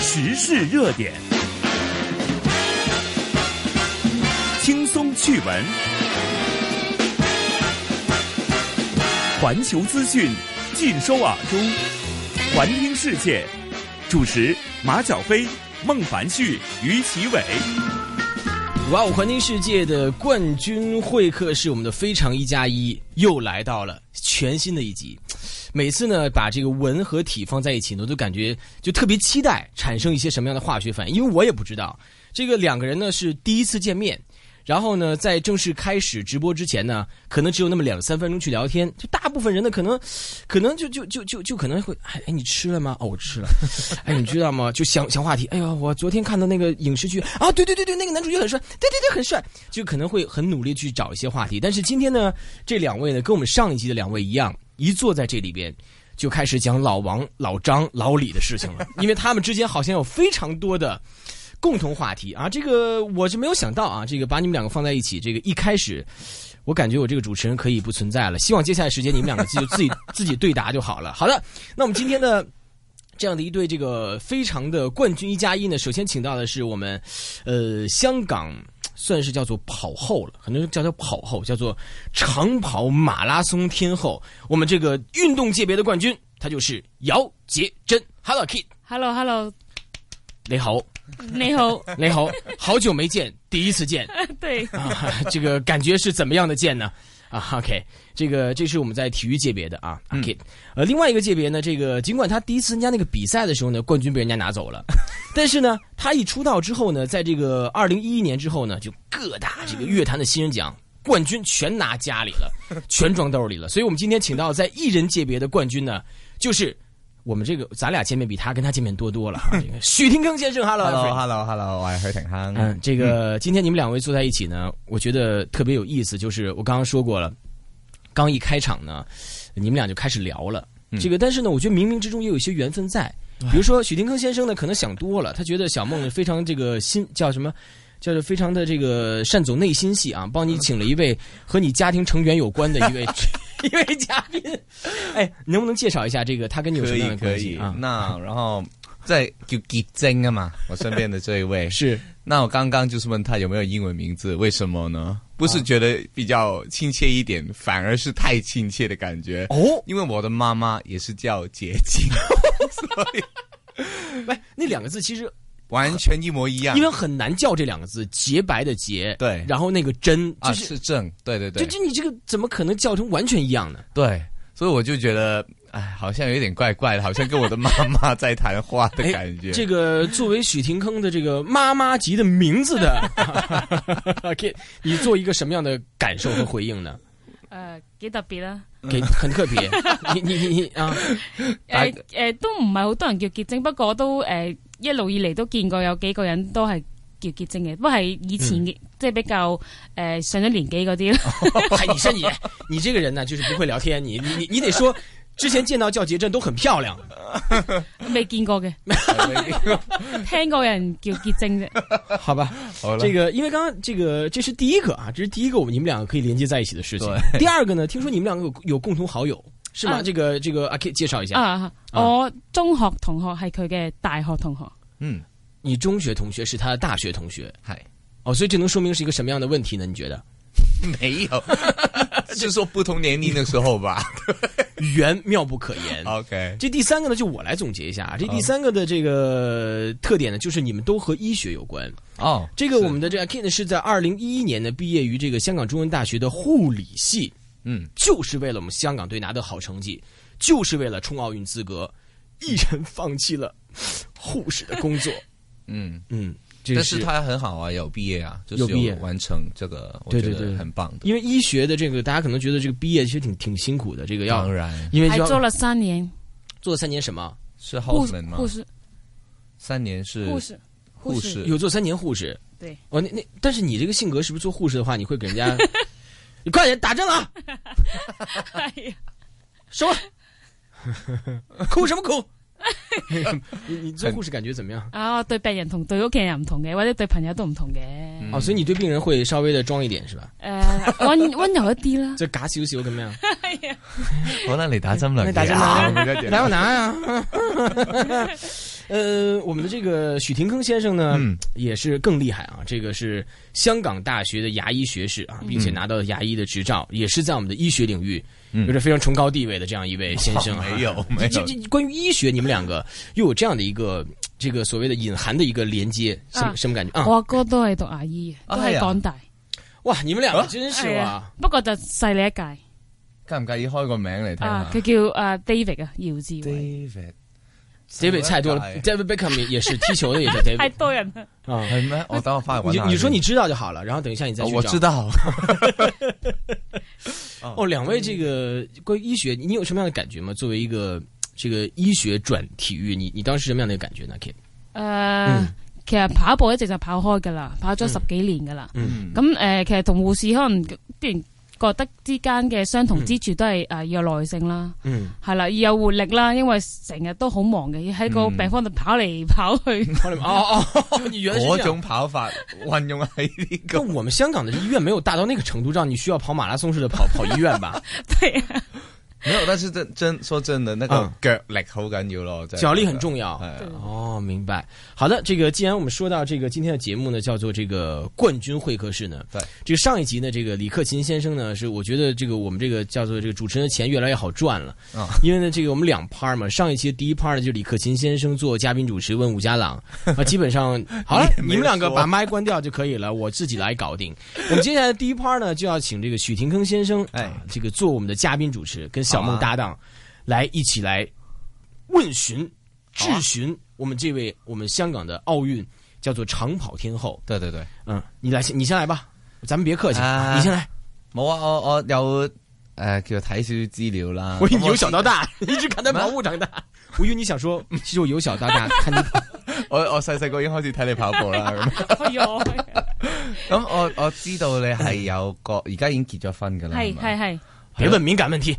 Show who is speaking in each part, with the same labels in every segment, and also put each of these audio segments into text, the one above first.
Speaker 1: 时事热点，轻松趣闻，环球资讯尽收耳中，环听世界。主持马晓飞、孟凡旭、于奇伟。
Speaker 2: 哇哦！环听世界的冠军会客是我们的非常一加一又来到了全新的一集。每次呢，把这个文和体放在一起呢，我都感觉就特别期待产生一些什么样的化学反应，因为我也不知道。这个两个人呢是第一次见面，然后呢，在正式开始直播之前呢，可能只有那么两三分钟去聊天。就大部分人呢，可能，可能就就就就就可能会，哎，哎你吃了吗？哦，我吃了。哎，你知道吗？就想想话题。哎呦，我昨天看到那个影视剧啊，对对对对，那个男主角很帅，对对对，很帅。就可能会很努力去找一些话题。但是今天呢，这两位呢，跟我们上一集的两位一样，一坐在这里边。就开始讲老王、老张、老李的事情了，因为他们之间好像有非常多的共同话题啊。这个我是没有想到啊，这个把你们两个放在一起，这个一开始我感觉我这个主持人可以不存在了。希望接下来时间你们两个就自己自己对答就好了。好的，那我们今天的这样的一对这个非常的冠军一加一呢，首先请到的是我们呃香港。算是叫做跑后了，很多人叫叫跑后，叫做长跑马拉松天后。我们这个运动界别的冠军，她就是姚洁珍。Hello Kid，
Speaker 3: Hello Hello，
Speaker 2: 你好，
Speaker 3: 你好，
Speaker 2: 你好， 好久没见，第一次见
Speaker 3: 对，
Speaker 2: 啊， 这个感觉是怎么样的见呢？啊，OK，这个这是我们在体育界别的啊、啊 k i d 呃，另外一个界别呢，这个尽管他第一次参加那个比赛的时候呢，冠军被人家拿走了， 但是呢，他一出道之后呢，在这个二零一一年之后呢，就各大这个乐坛的新人奖冠军全拿家里了，全装兜里了。所以我们今天请到在艺人界别的冠军呢，就是我们这个咱俩见面比他跟他见面多多了啊，这个许廷铿先生，Hello，Alfred
Speaker 4: Hello，Hello，Hello，我係許廷鏗。
Speaker 2: 嗯，这个今天你们两位坐在一起呢，我觉得特别有意思。就是我刚刚说过了，刚一开场呢，你们俩就开始聊了。这个，但是呢，我觉得冥冥之中也有一些缘分在。比如说许廷铿先生呢，可能想多了，他觉得小孟非常这个心叫什么，叫做非常的这个善走内心戏啊，帮你请了一位和你家庭成员有关的一位一位嘉宾。哎，能不能介绍一下这个他跟你有
Speaker 4: 可
Speaker 2: 什么样
Speaker 4: 以
Speaker 2: 的
Speaker 4: 可
Speaker 2: 关
Speaker 4: 以
Speaker 2: 系，啊？。
Speaker 4: 那然后在叫结晶啊嘛，我身边的这一 位
Speaker 2: 是
Speaker 4: 那我刚刚就是问他有没有英文名字，为什么
Speaker 2: 哦
Speaker 4: 呢？不是觉得比较亲切一点，反而是太亲切的感觉。
Speaker 2: 哦，
Speaker 4: 因为我的妈妈也是叫结晶， 所以
Speaker 2: 喂，哎那两个字其实
Speaker 4: 完全一模一样
Speaker 2: 因。为很难叫这两个字，洁白的洁，
Speaker 4: 对
Speaker 2: 然后那个真，
Speaker 4: 啊，
Speaker 2: 就是、
Speaker 4: 是正，对对
Speaker 2: 就
Speaker 4: 对，
Speaker 2: 就你这个怎么可能叫成完全一样呢？
Speaker 4: 对，所以我就觉得，哎，好像有点怪怪的，好像跟我的妈妈在谈话的感觉。
Speaker 2: 哎这个作为许廷铿的这个妈妈级的名字的 ，OK，你做一个什么样的感受和回应呢？
Speaker 3: 诶呃幾特別啊啦，
Speaker 4: 嗯
Speaker 2: 给很特别，你你你你啊，
Speaker 3: 誒誒呃都唔係好多人叫結晶，不過都誒一路以嚟都見過有幾個人都係叫結晶嘅，不過係以前嘅即係比較誒上咗年紀嗰啲 啦，
Speaker 2: 嗨，你是你，你这个人呢，就是不会聊天，你你你你得说，之前见到叫杰振都很漂亮，
Speaker 3: 未見過嘅，
Speaker 2: 哎
Speaker 3: 聽過有人叫結晶 啫。
Speaker 2: 好吧？
Speaker 4: 好了
Speaker 2: 这个，因为刚刚这个这是第一个啊，这是第一个我们你们两个可以连接在一起的事情。第二个呢，听说你们两个有有共同好友是吗？
Speaker 3: 啊
Speaker 2: 这个这个啊，可以介绍一下。
Speaker 3: 啊，我中學同學係佢嘅大學同學，
Speaker 4: 嗯，
Speaker 2: 你中学同学是他的大学同学
Speaker 4: 嗨。
Speaker 2: 哦，所以这能说明是一个什么样的问题呢？你觉得
Speaker 4: 没 有，就说不同年龄的时候吧。
Speaker 2: 缘妙不可言。
Speaker 4: OK，
Speaker 2: 这第三个呢，就我来总结一下啊。这第三个的这个特点呢，就是你们都和医学有关。
Speaker 4: 哦，
Speaker 2: 这个我们的这个 Kid 是在二零一一年呢毕业于这个香港中文大学的护理系，
Speaker 4: 嗯，
Speaker 2: 就是为了我们香港队拿得好成绩，就是为了冲奥运资格，毅然放弃了护士的工 作。
Speaker 4: 嗯，
Speaker 2: 嗯，这
Speaker 4: 但是他很好啊，有毕业啊，就是
Speaker 2: 有毕业
Speaker 4: 完成这个，我
Speaker 2: 对
Speaker 4: 觉
Speaker 2: 对对
Speaker 4: 得很棒的。
Speaker 2: 因为医学的这个，大家可能觉得这个毕业其实挺挺辛苦的，这个要
Speaker 4: 当然
Speaker 2: 因为
Speaker 3: 係
Speaker 2: 就
Speaker 3: 做
Speaker 2: 要
Speaker 3: 了三年
Speaker 2: 做三年什么，
Speaker 4: 是
Speaker 3: 護
Speaker 4: Hoffman 吗
Speaker 3: 護？士
Speaker 4: 三年是
Speaker 3: 護士
Speaker 4: 护士，
Speaker 2: 有做三年护士。
Speaker 3: 對，
Speaker 2: 哦，那那但是你这个性格是不是做护士的话，你会给人 家，你快点打针啊，
Speaker 3: 係啊
Speaker 2: 收 了，哭什么哭？你你做护士感觉怎么样？
Speaker 3: 啊，我對病人同對屋企人唔同嘅，或者對朋友都唔同嘅。
Speaker 4: 嗯
Speaker 2: 哦，所以你對病人會稍微的裝一點是吧？
Speaker 3: 诶，呃温温柔一啲啦。
Speaker 2: 就假少少咁樣，
Speaker 4: 好啦，你打针啦，
Speaker 2: 你打針啦
Speaker 4: 啊我們在
Speaker 2: 你
Speaker 4: 點
Speaker 2: 睇我拿啊！呃，我们的这个许廷铿先生呢，
Speaker 4: 嗯
Speaker 2: 也是更厉害啊！这个是香港大学的牙医学士
Speaker 4: 嗯
Speaker 2: 啊，并且拿到了牙医的执照，也是在我们的医学领域有着非常崇高地位的这样一位先 生、啊
Speaker 4: 嗯没有没
Speaker 2: 这
Speaker 4: 有
Speaker 2: 这关于医学，你们两个又有这样的一个这个所谓的隐含的一个连接，什么、
Speaker 3: 啊
Speaker 2: 什么感觉啊？
Speaker 3: 我阿哥都係讀牙醫嘅，都
Speaker 4: 哎
Speaker 3: 係
Speaker 4: 呀
Speaker 3: 港大，
Speaker 2: 哇，你们两个
Speaker 4: 啊
Speaker 2: 真是
Speaker 3: 係
Speaker 2: 哇！
Speaker 3: 啊，不過就細你一屆
Speaker 4: 介唔介意開個名嚟聽
Speaker 3: 啊
Speaker 4: 下，
Speaker 3: 佢叫啊 David 啊，姚志偉，
Speaker 4: ？David，
Speaker 2: David 菜多了，David
Speaker 4: 哎
Speaker 2: Beckham 也也是踢球 的，也叫
Speaker 3: 太
Speaker 2: David
Speaker 3: 多人啦，
Speaker 2: 啊。
Speaker 4: 係咩？我等我翻去
Speaker 2: 你
Speaker 4: 揾下
Speaker 2: 你说你知道就好了，然后等一下你再
Speaker 4: 先，
Speaker 2: 去
Speaker 4: 哦
Speaker 2: 找。
Speaker 4: 我知道，
Speaker 2: 哦，两位这个关于医学，你有什么样的感觉吗？作为一个这个医学转体育，你你当时什么样的一个感觉呢？Kit，
Speaker 3: 誒，其實跑步一直就跑開㗎啦，跑咗十幾年㗎啦。
Speaker 4: 嗯
Speaker 3: 咁誒、呃其實同護士可能啲人覺得之間嘅相同之處都係誒、呃要有耐性啦，
Speaker 2: 嗯，
Speaker 3: 係啦，要有活力啦，因為成日都好忙嘅，要喺個
Speaker 4: 嗯
Speaker 3: 病房度跑嚟跑去。
Speaker 2: 后来哦哦， 你原来是这
Speaker 4: 嗰
Speaker 2: 样。
Speaker 4: 種跑法運用 喺呢
Speaker 2: 那
Speaker 4: 個
Speaker 2: 我们香港的医院没有大到那个程度，让你需要跑马拉松似的跑跑医院吧？
Speaker 3: 對啊，
Speaker 4: 没有，但是真真说真的，那
Speaker 2: 嗯
Speaker 4: 個腳力好緊要咯，真係
Speaker 2: 脚力很重要。
Speaker 4: 係啊
Speaker 2: 哦，明白。好的，这个既然我们说到这个今天的节目呢，叫做这个冠军会客室呢，
Speaker 4: 对，
Speaker 2: 这个上一集呢，这个李克勤先生呢，是我觉得这个我们这个叫做这个主持人的钱越来越好赚了，
Speaker 4: 啊
Speaker 2: 因为呢，这个我们两 part 嘛，上一期的第一 part 呢，就李克勤先生做嘉宾主持问武家 朗啊，基本上好了，
Speaker 4: 你
Speaker 2: 你
Speaker 4: 也没
Speaker 2: 们两个
Speaker 4: 说
Speaker 2: 把麦关掉就可以了，我自己来搞定。我们接下来的第一 part 呢，就要请这个许廷铿先生，
Speaker 4: 哎
Speaker 2: 啊，这个做我们的嘉宾主持，跟小
Speaker 4: 好
Speaker 2: 梦
Speaker 4: 啊
Speaker 2: 搭档，来一起来问询质询我们这位我们香港的奥运叫做长跑天后，
Speaker 4: 對對對，
Speaker 2: 嗯，你来先，你先来吧，咱们别客气，
Speaker 4: 啊
Speaker 2: 你先来。
Speaker 4: 冇啊，我我有誒、呃叫做睇少少資料啦，
Speaker 2: 我啊以为你
Speaker 4: 咁
Speaker 2: 由小到大 一直看他跑步长大，我以为你想说，其实我由小到 大看你跑。
Speaker 4: 我我細細個已經開始睇你跑步 啦，咁
Speaker 3: 哎呦，
Speaker 4: 咁我我知道你係有 個而家已經結咗婚㗎啦，
Speaker 3: 係係係，
Speaker 2: 别问敏感问 题，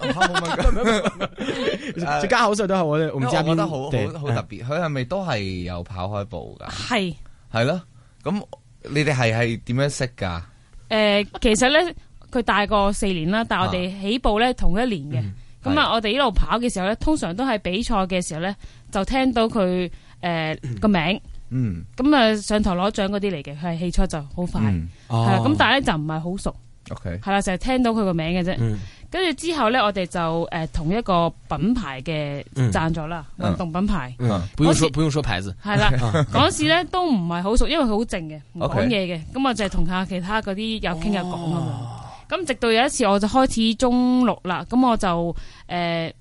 Speaker 4: 係咪，好好冇 問過啊
Speaker 2: 这刚好事都好，我哦的我
Speaker 4: 因
Speaker 2: 们
Speaker 4: 為我
Speaker 2: 嘉
Speaker 4: 覺
Speaker 2: 宾
Speaker 4: 得好
Speaker 2: 对嗯
Speaker 4: 好好特別，佢係咪都係有跑開步㗎？
Speaker 3: 係
Speaker 4: 係咯，咁你哋係係點樣識㗎？
Speaker 3: 誒，呃其實咧佢大過四年啦，但係我哋起步咧同一年嘅，咁啊，我哋一路跑嘅時候咧，通常都係比賽嘅時候咧，就聽到佢誒個名，
Speaker 4: 嗯，
Speaker 3: 咁啊上台攞獎嗰啲嚟嘅，佢係起初就好快，係
Speaker 4: 嗯
Speaker 3: 啦，
Speaker 2: 哦
Speaker 3: 咁但係咧就唔係好熟。
Speaker 4: ，OK，
Speaker 3: 係啦，成日聽到佢個名嘅啫。
Speaker 2: 嗯
Speaker 3: 跟住之後咧，我哋就誒、呃同一個品牌嘅
Speaker 2: 嗯
Speaker 3: 贊助啦，
Speaker 4: 嗯
Speaker 3: 運動品牌
Speaker 4: 嗯
Speaker 2: 不用说
Speaker 3: 我
Speaker 2: 不用说牌子，
Speaker 3: 係 啦。嗰時咧都唔係好熟，因為佢好靜嘅，唔
Speaker 4: 啊 OK
Speaker 3: 講嘢嘅。咁我就係同下其他嗰啲有傾有講咁
Speaker 4: 哦
Speaker 3: 樣。咁直到有一次我就開始中六啦，咁我就誒唔、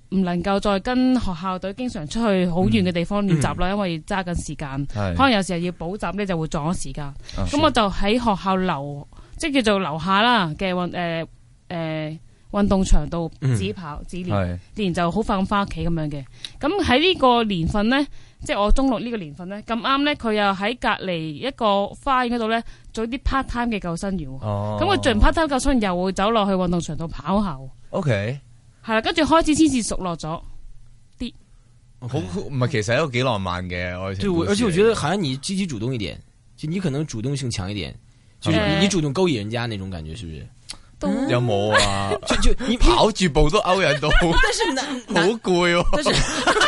Speaker 3: 能夠再跟學校隊經常出去好遠嘅地方練習啦，因為揸緊時間，可
Speaker 4: 嗯係，啊
Speaker 3: 能有時候要補習咧就會撞咗時間。咁
Speaker 4: 咁
Speaker 3: 我就喺學校樓，即係叫做樓下啦嘅運誒誒運動場度
Speaker 2: 嗯
Speaker 3: 自己跑自己練，
Speaker 4: 係
Speaker 3: 練就好快咁翻屋企咁樣嘅。咁喺呢個年份咧，即係我中六呢個年份咧，咁啱咧佢又喺隔離一個花園嗰度咧做啲 part time 嘅救生員喎。
Speaker 4: 哦，
Speaker 3: 咁佢做完 part time 救生員又會走落去運動場度跑下喎，
Speaker 4: OK，
Speaker 3: 係啦，跟住開始先至熟落咗。
Speaker 4: 好唔係其實係一個幾浪漫嘅愛情
Speaker 2: 对我，
Speaker 4: 故事嚟嘅。
Speaker 2: 而且 我觉得好像你积极主动一点，就你可能主动性强一点，就是
Speaker 3: 呃
Speaker 2: 你你主动勾引人家那种感觉，是不是？
Speaker 3: 都
Speaker 4: 有冇啊？
Speaker 2: 就就你
Speaker 4: 跑住步都勾引到，好
Speaker 2: 但是男
Speaker 4: 攰 喎。
Speaker 2: 但是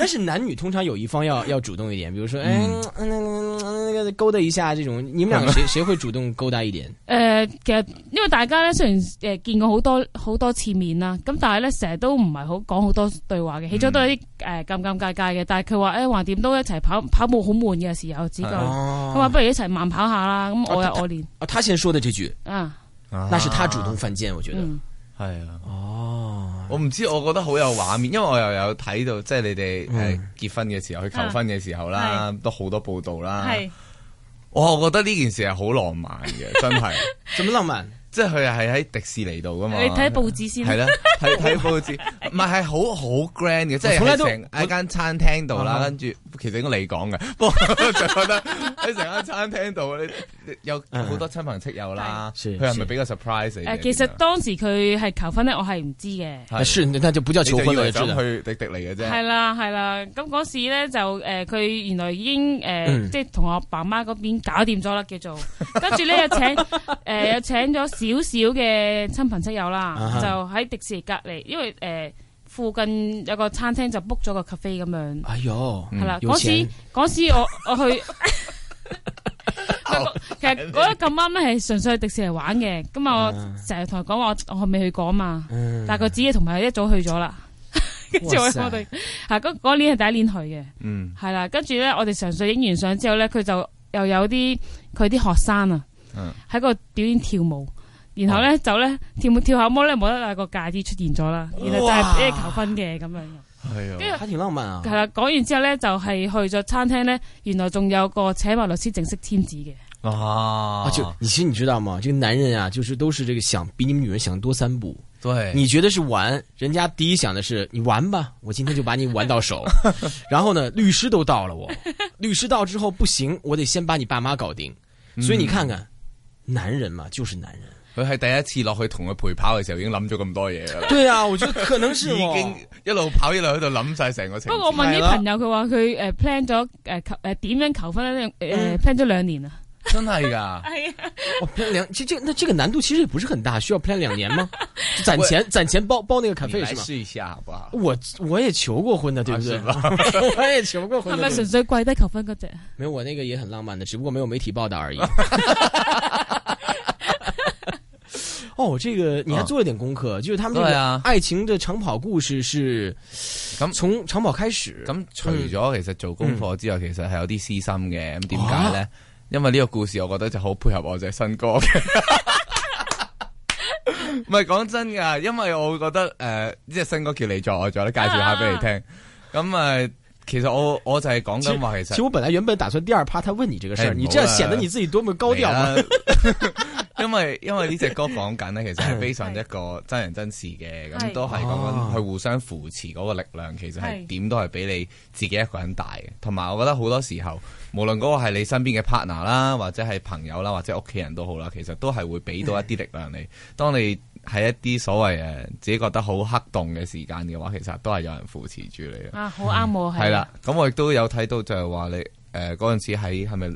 Speaker 2: 但是男女通常有一方要要主动一点，比如说，哎，那个那个勾搭一下这种，你们两个谁谁会主動勾搭一点？
Speaker 3: 誒、其實因為大家咧雖然誒、見過好多好多次面啦，咁但係咧成日都唔係好講好多對話嘅，起初都係啲誒尷尷尬尬嘅。但係佢話誒橫掂都一齊跑跑步好悶嘅時候，只夠啦佢話
Speaker 2: 哦，
Speaker 3: 不如一齊慢跑下啦。咁我
Speaker 2: 啊
Speaker 3: 又我練
Speaker 2: 啊，他先說的這句，
Speaker 3: 啊，
Speaker 2: 那是他主動犯賤，我覺得。
Speaker 3: 嗯，
Speaker 4: 係啊，
Speaker 2: 哦，
Speaker 4: 我唔知，我覺得好有畫面，因為我又有睇到，即係你哋誒
Speaker 3: 嗯
Speaker 4: 結婚嘅時候，去求婚嘅時候啦，都好多報道啦。
Speaker 3: 係
Speaker 4: 哇，我覺得呢件事係好浪漫 嘅，真係，
Speaker 2: 怎麼浪漫？
Speaker 4: 即係佢係喺迪士尼度噶
Speaker 3: 你
Speaker 4: 嘛。
Speaker 3: 睇報紙
Speaker 4: 啊係
Speaker 3: 先，
Speaker 4: 啦，睇睇報紙，唔係係好好 grand 嘅，即係
Speaker 2: 從來都
Speaker 4: 喺成喺間餐廳度
Speaker 2: 啊
Speaker 4: 啦，跟住其實應該你講嘅， 不過我就覺得喺成間餐廳度，你你有好多親朋戚友啦，
Speaker 2: 係
Speaker 4: 佢係
Speaker 2: 是
Speaker 4: 咪俾個 surprise 你嘅？
Speaker 3: 嗯
Speaker 4: 啊
Speaker 3: 誒其實當時佢係求婚咧，我係唔知嘅。
Speaker 4: 係
Speaker 2: 是，那就不叫
Speaker 4: 你
Speaker 2: 求
Speaker 4: 就
Speaker 2: 婚
Speaker 4: 以為
Speaker 2: 了，知
Speaker 4: 走
Speaker 2: 道。
Speaker 4: 去迪迪尼
Speaker 3: 係
Speaker 4: 嘅啫，
Speaker 3: 啦，係啦，咁嗰時咧就誒，佢、原來已經誒，呃
Speaker 2: 嗯
Speaker 3: 即係同我爸媽嗰邊搞掂咗啦，叫做，跟住咧又請誒、呃又請咗少少嘅親朋戚友啦，
Speaker 2: 啊哈
Speaker 3: 就喺迪士尼隔離，因為誒、呃附近有個餐廳就 book 咗個 cafe 咁樣，
Speaker 2: 哎呦，
Speaker 3: 係啦。
Speaker 2: 有
Speaker 3: 嗰
Speaker 2: 錢
Speaker 3: 時嗰時我我去， 其實嗰日咁啱咧係純粹去迪士尼玩嘅，咁啊
Speaker 2: 啊
Speaker 3: 我成日同佢講話我我未去過啊嘛，
Speaker 2: 嗯
Speaker 3: 但係個子嘅同朋友一早去咗啦。 跟住我
Speaker 2: 哇塞
Speaker 3: 我哋係嗰嗰年係第一年去嘅，
Speaker 4: 嗯，
Speaker 3: 係啦。跟住咧我哋純粹影完相之後咧，佢就又有啲佢啲學生啊
Speaker 4: 嗯，
Speaker 3: 喺個表演跳舞。然後咧就咧跳舞跳下舞咧冇得啦個戒指出現咗啦，然後就係俾你求婚嘅咁樣。
Speaker 4: 哎呦，
Speaker 3: 跟住
Speaker 2: 还挺浪漫啊
Speaker 3: 係。啦，講完之後咧，就係去咗餐廳咧，原來仲有個請埋律師正式簽字嘅。
Speaker 4: 啊
Speaker 2: 啊，就你其实你知道吗？这个男人啊，就是都是这个想比你们女人想多三步。
Speaker 4: 对，
Speaker 2: 你觉得是玩，人家第一想的是你玩吧，我今天就把你玩到 手。然后呢，律师都到了我，律师到之后不行，我得先把你爸妈搞定。所以你看看，男人嘛就是男人。
Speaker 4: 佢係第一次落去同佢陪跑嘅時候已經諗咗咁多嘢㗎啦，
Speaker 2: 对啊，我觉得可能
Speaker 4: 已
Speaker 2: 是哦我
Speaker 4: 經一路跑一路喺度諗晒成個情
Speaker 3: 不過我
Speaker 4: 節。
Speaker 3: 問
Speaker 2: 係
Speaker 3: 啲
Speaker 2: 啦
Speaker 3: 朋友，佢話佢誒 plan 咗誒求誒點樣求婚咧？
Speaker 2: 嗯
Speaker 3: 誒 plan 咗兩年啊。
Speaker 4: 真係 㗎，
Speaker 3: 係啊，
Speaker 2: 哦 plan 两，这这那这个难度其实也不是很大，需要 plan 两年 吗？攒钱攒钱包包那个卡
Speaker 4: 你
Speaker 2: 费
Speaker 4: 來
Speaker 2: 是吗？
Speaker 4: 試一下好不好？
Speaker 2: 我我也求过婚的，对不对？
Speaker 4: 啊是吧
Speaker 2: 我也求过婚
Speaker 3: 係
Speaker 2: 的，
Speaker 3: 咪
Speaker 2: 对不对
Speaker 3: 純粹跪低求婚嗰只？
Speaker 2: 没有我那个也很浪漫的，只不过没有媒体报道 而已。哦，这个你还做了点功课，就是他们这
Speaker 4: 啊对
Speaker 2: 个
Speaker 4: 啊
Speaker 2: 爱情的长跑故事是
Speaker 4: 咁
Speaker 2: 从长跑开始。
Speaker 4: 咁除咗其實做功課之外，其實係有啲私心嘅。咁點解咧？因為呢個故事，我覺得就好配合我隻新歌嘅。 唔係講真㗎，因為我會覺得誒，即、係新歌叫你在我在咧，介紹下俾你聽。咁誒、呃其實我我就係講緊話，其
Speaker 2: 其
Speaker 4: 實
Speaker 2: 实我本来原本打算第二趴他问你这个事
Speaker 4: 哎
Speaker 2: 儿，你这样
Speaker 4: 没了
Speaker 2: 显得你自己多么高调嘛。
Speaker 4: 嚟啦因為因為呢只歌講緊咧，其實係非常一個真人真事嘅，咁
Speaker 3: 係
Speaker 4: 都係講
Speaker 2: 哦
Speaker 4: 緊去互相扶持嗰個力量，其實係
Speaker 3: 係
Speaker 4: 點都係比你自己一個人大嘅。同埋我覺得好多時候，無論嗰個係你身邊嘅 partner 啦，或者係朋友啦，或者屋企人都好啦，其實都係會俾到一啲力量你。當你喺一啲所謂誒自己覺得好黑洞嘅時間嘅話，其實都係有人扶持住你嘅。
Speaker 3: 啊，好啱我係。
Speaker 4: 係啦，，咁我亦都有睇到就係話你誒嗰陣時喺係咪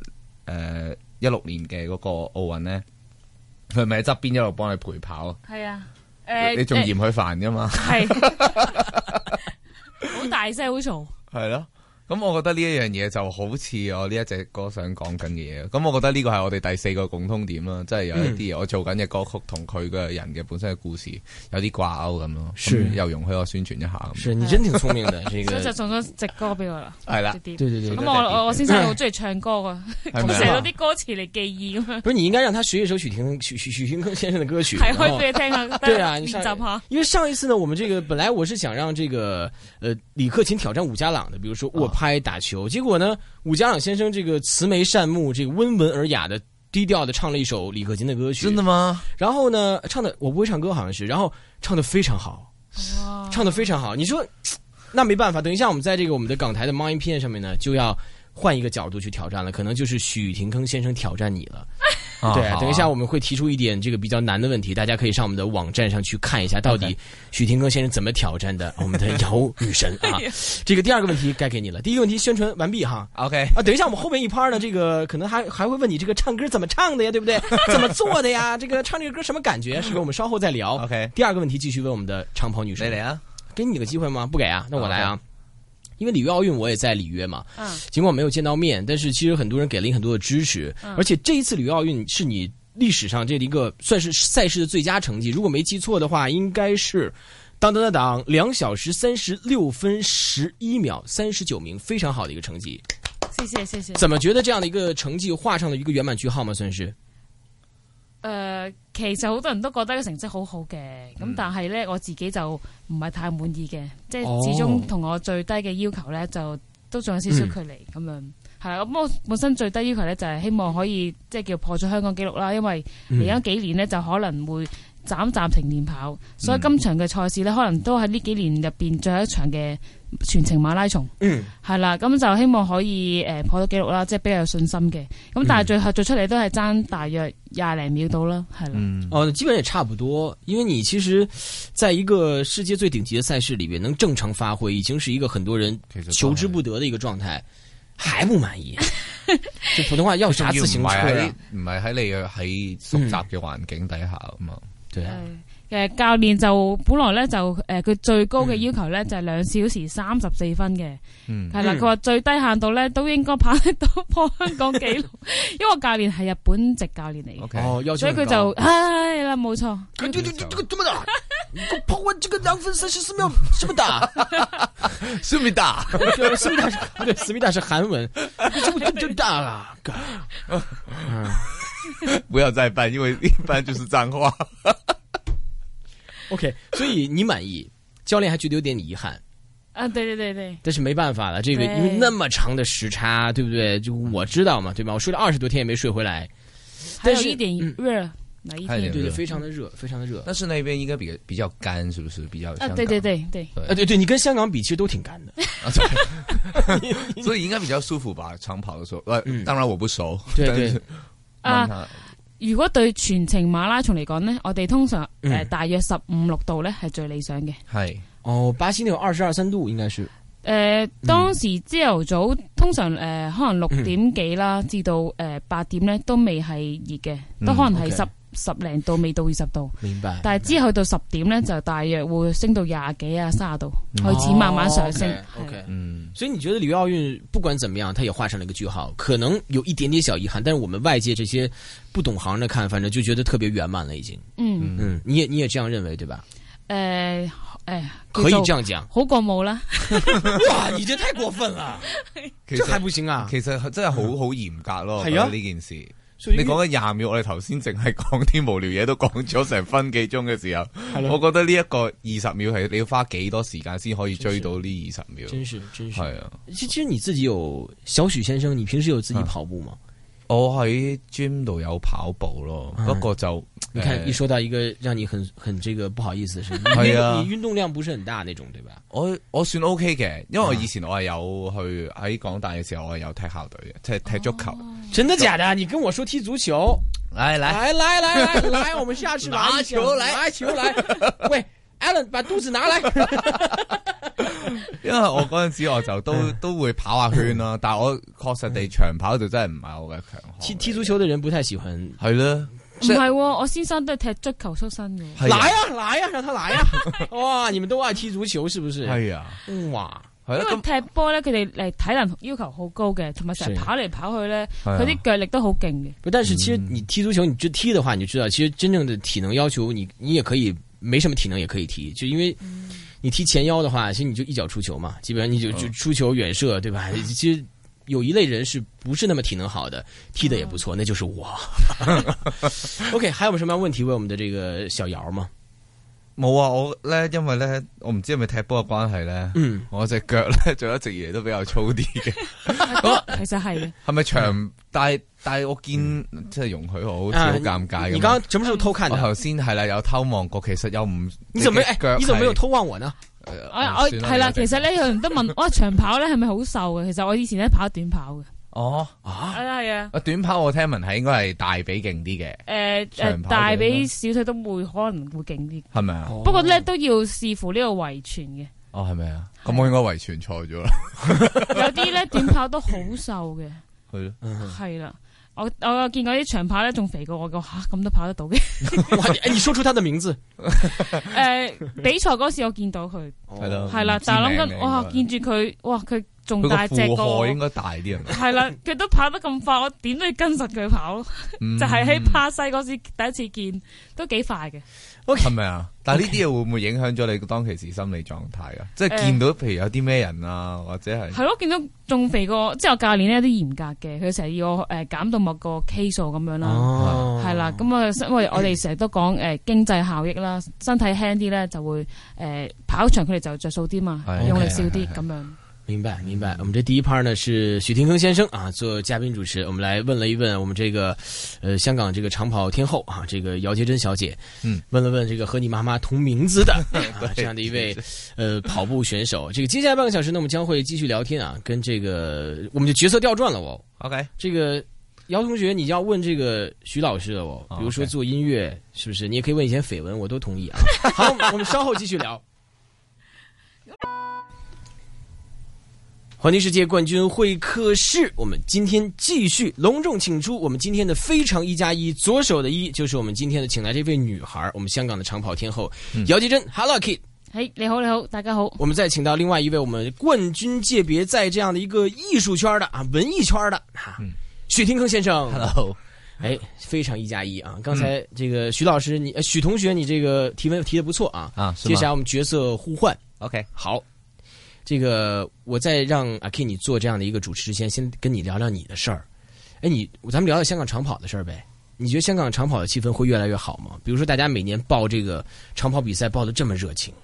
Speaker 4: 誒一六年嘅嗰個奧運咧？佢咪喺側邊一路幫你陪跑啊？
Speaker 3: 係啊，誒
Speaker 4: 你仲
Speaker 3: 誒
Speaker 4: 嫌佢煩噶嘛？
Speaker 3: 係 好大聲，好嘈。
Speaker 4: 係咯。咁我覺得呢一樣嘢就好似我呢一隻歌想講緊嘅嘢。咁我覺得呢個係我哋第四個共通點啦，即係有一啲嘢我做緊嘅歌曲同佢嘅人嘅本身嘅故事有啲掛鈎咁咯。
Speaker 2: 是
Speaker 4: 咁又容許我宣傳一下咁。
Speaker 2: 是你真挺聰明的，这
Speaker 3: 所 以就
Speaker 2: 个
Speaker 3: 送咗隻歌俾我啦。
Speaker 4: 係啦
Speaker 3: 隻，碟
Speaker 2: 对对 对
Speaker 3: 咁
Speaker 4: 嗯
Speaker 2: 对，
Speaker 3: 我我我先生好中意唱歌噶，
Speaker 4: 係
Speaker 3: 咁
Speaker 4: 咪
Speaker 3: 寫
Speaker 4: 啊哦
Speaker 3: 咗啲歌詞嚟記憶啊咁樣，
Speaker 2: 不是你应该让他学一首许廷许许许廷铿先生的歌曲，
Speaker 3: 係
Speaker 2: 然
Speaker 3: 可以
Speaker 2: 后
Speaker 3: 俾你聽下，
Speaker 2: 对啊，
Speaker 3: 練
Speaker 2: 你上
Speaker 3: 習下。
Speaker 2: 因为上一次呢，我们这个本来我是想让这个呃李克勤挑战武家朗的，比如说握拍打球，结果呢，武家朗先生这个慈眉善目，这个温文尔雅的。低调的唱了一首李克勤的歌曲，
Speaker 4: 真的。嗎？
Speaker 2: 然后呢，唱的我不会唱歌，好像是，然后唱的非常好，
Speaker 3: 哇
Speaker 2: 唱的非常好。你说，那没办法，等一下我们在这个我们的港台的 m i n 片上面呢，就要换一个角度去挑战了，可能就是许廷铿先生挑战你了。
Speaker 4: 啊
Speaker 2: 对
Speaker 4: 好，啊
Speaker 2: 等一下我们会提出一点这个比较难的问题，大家可以上我们的网站上去看一下，到底
Speaker 4: OK
Speaker 2: 许廷铿先生怎么挑战的我们的姚女神
Speaker 4: 哎
Speaker 2: 啊。这个第二个问题该给你了，第一个问题宣传完毕哈。
Speaker 4: OK。
Speaker 2: 啊，等一下，我们后面一趴呢，这个可能还还会问你这个唱歌怎么唱的呀，对 不对？怎么做的呀？这个唱这个歌什么感觉？是不是？我们稍后再聊。
Speaker 4: OK
Speaker 2: 第二个问题继续问我们的长跑女
Speaker 4: 你
Speaker 2: 神，
Speaker 4: 嚟啊！
Speaker 2: 给你个机会吗？不给啊，那我来啊。因为里约奥运我也在里约嘛，
Speaker 3: 嗯
Speaker 2: 尽管没有见到面，但是其实很多人给了你很多的支持，而且这一次里约奥运是你历史上这一个算是赛事的最佳成绩，如果没记错的话，应该是。当当当当，两小时三十六分十一秒，三十九名，非常好的一个成绩。
Speaker 3: 謝謝謝謝。
Speaker 2: 怎么觉得这样的一个成绩画上了一个圆满句号吗？算是
Speaker 3: 誒、呃其實好多人都覺得個成績好好嘅，咁、但係咧我自己就唔係太滿意嘅，即係
Speaker 2: 哦
Speaker 3: 始終同我最低嘅要求咧就都仲有少少距離咁、樣。係啦，咁我本身最低要求咧就係、希望可以即係叫破咗香港紀錄啦，因為
Speaker 2: 嗯
Speaker 3: 嚟緊幾年咧就可能會斬暫停練跑，所以今場嘅賽事咧可能都係呢幾年入邊最後一場嘅全程馬拉松。
Speaker 2: 嗯，
Speaker 3: 係啦，咁就希望可以誒、呃破到紀錄啦，即係比較有信心嘅。咁
Speaker 4: 嗯
Speaker 3: 但係最後做出嚟都係爭大約廿零秒到啦，係啦。
Speaker 4: 嗯，
Speaker 2: 哦，基本也差不多，因为你其实，在一个世界最顶级的赛事里边能正常发挥，已经是一个很多人
Speaker 4: 其實都係
Speaker 2: 求之不得的一个状态，还不满意。 这普通话要啥
Speaker 4: 仲要
Speaker 2: 自行
Speaker 4: 唔
Speaker 2: 车
Speaker 4: 係喺
Speaker 2: 啊？
Speaker 4: 唔係喺你嘅喺熟習嘅環境底下啊嘛，
Speaker 2: 对啊，
Speaker 3: 係嘅教練就本來咧就誒佢、最高嘅要求咧就係兩小時三十四分嘅，
Speaker 4: 嗯
Speaker 3: 係啦、
Speaker 2: 嗯
Speaker 3: 佢話最低限度咧都應該跑得到破香港紀 錄，因為我教練係日本籍教練嚟嘅，
Speaker 4: OK，
Speaker 2: 哦，要求
Speaker 3: 所以
Speaker 2: 很
Speaker 3: 佢
Speaker 2: 高
Speaker 3: 就 唉啦冇錯，
Speaker 2: 哎对对对，这个这么打，你给我跑完这个两分三十四秒，这么打。
Speaker 4: 思密达，
Speaker 2: 对，思密达是，对，思密达是韩文，这不这这大了。God
Speaker 4: 不要再办，因為一般就是脏話。
Speaker 2: OK，所以你满意，教练还觉得有点遗憾，
Speaker 3: 啊對對對對，
Speaker 2: 但是没办法了，这个
Speaker 3: 对
Speaker 2: 因为那么长的时差，对不对？就我知道嘛，对吧？我睡了二十多天也没睡回来，
Speaker 3: 還
Speaker 2: 但
Speaker 3: 有
Speaker 2: 是
Speaker 3: 一點
Speaker 4: 嗯
Speaker 3: 熱，哪一
Speaker 4: 還有一
Speaker 3: 天
Speaker 4: 點
Speaker 2: 对对，呃
Speaker 4: 热
Speaker 2: 非常的热，非常的热。
Speaker 4: 但是那邊應該比比較乾，是不是？比較
Speaker 3: 啊
Speaker 4: 香港
Speaker 3: 對對對對。
Speaker 2: 呃，对对，你跟香港比，其实都挺干的。
Speaker 4: 啊对 所以應該比較舒服吧？長跑的時候，呃
Speaker 2: 嗯，
Speaker 4: 當然我不熟，
Speaker 2: 對
Speaker 4: 但是
Speaker 2: 對
Speaker 3: 啊
Speaker 4: 問
Speaker 2: 啊
Speaker 4: 他
Speaker 3: 如果對全程馬拉松嚟講呢，我哋通常誒、
Speaker 2: 嗯
Speaker 3: 呃大約十五六度呢係最理想嘅。誒、
Speaker 4: 係
Speaker 2: 哦，巴西那有二十二三度，应该是。嗯
Speaker 3: 當時呃朝頭早通常誒、呃可能六點幾啦，
Speaker 2: 嗯
Speaker 3: 至到誒八點呢都未係熱嘅，都
Speaker 4: 嗯
Speaker 3: 可能係
Speaker 2: OK
Speaker 3: 十十零度，未到二十度。
Speaker 2: 明白。
Speaker 3: 但係之後到十點呢，就大約會升到廿幾啊三十度，開始慢慢上升。
Speaker 2: 嗯哦 OK，,
Speaker 3: 係
Speaker 2: OK
Speaker 4: 嗯，
Speaker 2: 所以你觉得里约奥运不管怎么样，它也画上了一个句号，可能有一点点小遗憾，但是我们外界这些不懂行的看，反正就觉得特别圆满了，已经。
Speaker 3: 嗯
Speaker 2: 嗯，你也你也这样认为对吧？
Speaker 3: 誒誒，
Speaker 2: 可以
Speaker 3: 呃叫做。
Speaker 2: 这样讲
Speaker 3: 好過冇啦。
Speaker 2: 哇，你这太过分了，
Speaker 4: 其實
Speaker 2: 不行啊！
Speaker 4: 其實真係好好嚴格咯，我覺
Speaker 2: 係啊
Speaker 4: 得呢件事。
Speaker 2: 所以
Speaker 4: 你講緊廿秒，我哋頭先淨係講啲無聊嘢，都講咗成分幾鐘嘅時候，我覺得呢一個二十秒係你要花幾多時間先可以追到呢二十秒？
Speaker 2: 真是真是。
Speaker 4: 係啊，
Speaker 2: 其其实你自己有小许先生，你平时有自己跑步吗？
Speaker 4: 我喺 gym 度有跑步咯，不過就
Speaker 2: 啊你看
Speaker 4: 呃
Speaker 2: 一说到一个让你很很这个不好意思的事，你
Speaker 4: 哎呀
Speaker 2: 你运动量不是很大那种对吧？
Speaker 4: 我我算 OK 嘅，因
Speaker 2: 啊
Speaker 4: 為我以前我係有去喺港大嘅時候，我係有踢校隊嘅，
Speaker 2: 哦
Speaker 4: 即係踢足球。
Speaker 2: 真的假的？你跟我说踢足球？
Speaker 4: 嚟嚟，
Speaker 2: 来来来来来，我们下去玩一下
Speaker 4: 拿球来
Speaker 2: 哎拿球 来。喂，Allen，把肚子拿来。
Speaker 4: 因為我嗰陣時我就都 都會跑下圈啦，但係我確實地長跑就真係唔係我嘅強項。
Speaker 2: 嗯踢踢足球的人不太喜欢。
Speaker 4: 係啦，
Speaker 3: 唔係喎，我先生都係踢足球出身嘅喎。
Speaker 4: 係
Speaker 2: 来
Speaker 4: 啊，
Speaker 2: 哎呀来呀，让他 来呀！哇，你们都爱踢足球是不是？
Speaker 4: 係啊，
Speaker 2: 哇，
Speaker 4: 係啦
Speaker 3: 因為
Speaker 4: 呃咁。
Speaker 3: 踢波咧，佢哋嚟體能要求好高嘅，同埋成日跑嚟跑去咧，
Speaker 4: 係啊
Speaker 3: 佢啲腳力都好勁嘅。
Speaker 2: 不，但是其实你踢足球，你就踢的话，你就知道，其实真正的体能要求你，你也可以没什么体能也可以踢，就因为。你踢前腰的话，其实你就一脚出球嘛，基本上你就就出球远射，对吧？其实有一类人是不是那么体能好的，踢的也不错，那就是我。OK，还有什么问题问我们的这个小姚吗？
Speaker 4: 冇啊！我咧，因為咧，我唔知係咪踢波嘅關係咧，
Speaker 2: 嗯，
Speaker 4: 我隻腳 咧就一直以嚟都比較粗啲嘅，哦
Speaker 3: 其實係嘅，
Speaker 4: 係咪長？但係但係我
Speaker 3: 嗯
Speaker 4: 見即係容許我好似好尷尬啊
Speaker 2: 啊
Speaker 4: 咁。
Speaker 2: 你你剛刚什么时候偷看
Speaker 4: 我
Speaker 2: 的？
Speaker 4: 頭先係啦，有偷望過，其實又唔
Speaker 2: 你怎么没哎
Speaker 4: 腳？
Speaker 2: 你怎么没有
Speaker 4: 係
Speaker 2: 偷望我呢？
Speaker 4: 呃
Speaker 3: 我我
Speaker 4: 算啦
Speaker 3: 哎係啦。
Speaker 4: 有
Speaker 3: 其
Speaker 4: 隻
Speaker 3: 實咧，有人都 問我長跑咧係咪好瘦嘅？其實我以前咧跑短跑嘅，
Speaker 4: 哦，
Speaker 3: 啊係啊，
Speaker 4: 啊短跑我聽聞係應該係大髀勁啲嘅，
Speaker 3: 誒
Speaker 4: 長
Speaker 3: 誒
Speaker 4: 跑
Speaker 3: 大髀小腿都會可能會勁啲，
Speaker 4: 係咪啊？
Speaker 2: 不
Speaker 3: 不過咧都要視乎呢個遺傳 嘅。
Speaker 4: 哦，係咪啊？
Speaker 3: 係
Speaker 4: 咁我應該遺傳錯咗啦。
Speaker 3: 有啲咧短跑都好瘦嘅，
Speaker 4: 係咯，
Speaker 3: 係啦。我我有見過啲長跑咧仲肥過我嘅，嚇咁都跑得到嘅。
Speaker 2: 哇，你哎你说出他的名字，
Speaker 3: 誒比賽嗰時我見到佢。
Speaker 4: 係咯
Speaker 3: 係啦
Speaker 4: 唔，知
Speaker 3: 但係
Speaker 4: 名
Speaker 3: 諗
Speaker 4: 嘅
Speaker 3: 緊，哇！見
Speaker 4: 應
Speaker 3: 住佢，哇！佢仲
Speaker 4: 該
Speaker 3: 大
Speaker 4: 佢個
Speaker 3: 隻
Speaker 4: 負
Speaker 3: 過我
Speaker 4: 荷應，該大 啲係咪？
Speaker 3: 係啦，佢都跑得咁快，我點都要跟實佢跑
Speaker 4: 嗯
Speaker 3: 咯。就係喺巴西嗰時第一次見，都幾快嘅。
Speaker 4: 係咪啊？但係呢啲嘢會唔會影響咗你當其時心理狀態啊？即係
Speaker 3: 誒
Speaker 4: 見到譬如有啲咩人啊，或者係
Speaker 3: 係咯，見到仲肥過，即係我教練呢有啲嚴格嘅，佢成日要我誒減到某個 K 數咁樣啦。
Speaker 2: 哦
Speaker 3: 係啦，咁啊， 因為我哋成日都講誒經濟效益啦，身體輕啲咧就會誒跑長距離就着數啲嘛
Speaker 4: 係，
Speaker 3: 用力
Speaker 2: OK，
Speaker 3: 少啲
Speaker 4: 係係
Speaker 3: 咁樣。
Speaker 2: 明白，明白。我们这第一 part 呢是许廷铿先生啊做嘉宾主持，我们来问了一问我们这个，呃，香港这个长跑天后啊，这个姚洁珍小姐，
Speaker 4: 嗯，
Speaker 2: 问了问这个和你妈妈同名字的啊这样的一位呃跑步选手。这个接下来半个小时呢，我们将会继续聊天啊，跟这个我们就角色调转了哦。
Speaker 4: OK
Speaker 2: 这个姚同学，你要问这个徐老师了哦，
Speaker 4: 哦
Speaker 2: 比如说
Speaker 4: OK
Speaker 2: 做音乐、是不是？你也可以问以前绯闻，我都同意啊。好，我们稍后继续聊。环球世界冠军会客室，我们今天继续隆重请出我们今天的非常一加一，左手的一就是我们今天的请来这位女孩，我们香港的长跑天后姚洁珍，Hello Kid。
Speaker 3: 系你好，你好，大家好。
Speaker 2: 我们再请到另外一位我们冠军界别在这样的一个艺术圈的啊，文艺圈的啊，许廷铿先生。
Speaker 4: 嗯 Hello，
Speaker 2: 哎，非常一加一啊！刚才这个许老师，你呃许同学，你这个提问提的不错啊。
Speaker 4: 啊是
Speaker 2: 接
Speaker 4: 吗
Speaker 2: 下来我们角色互换。
Speaker 4: OK，
Speaker 2: 好，这个我在让阿 K 你做这样的一个主持之前，先跟你聊聊你的事儿。哎，你咱们聊聊香港长跑的事儿呗。你觉得香港长跑的气氛会越来越好吗？比如说，大家每年报这个长跑比赛报的这么热情，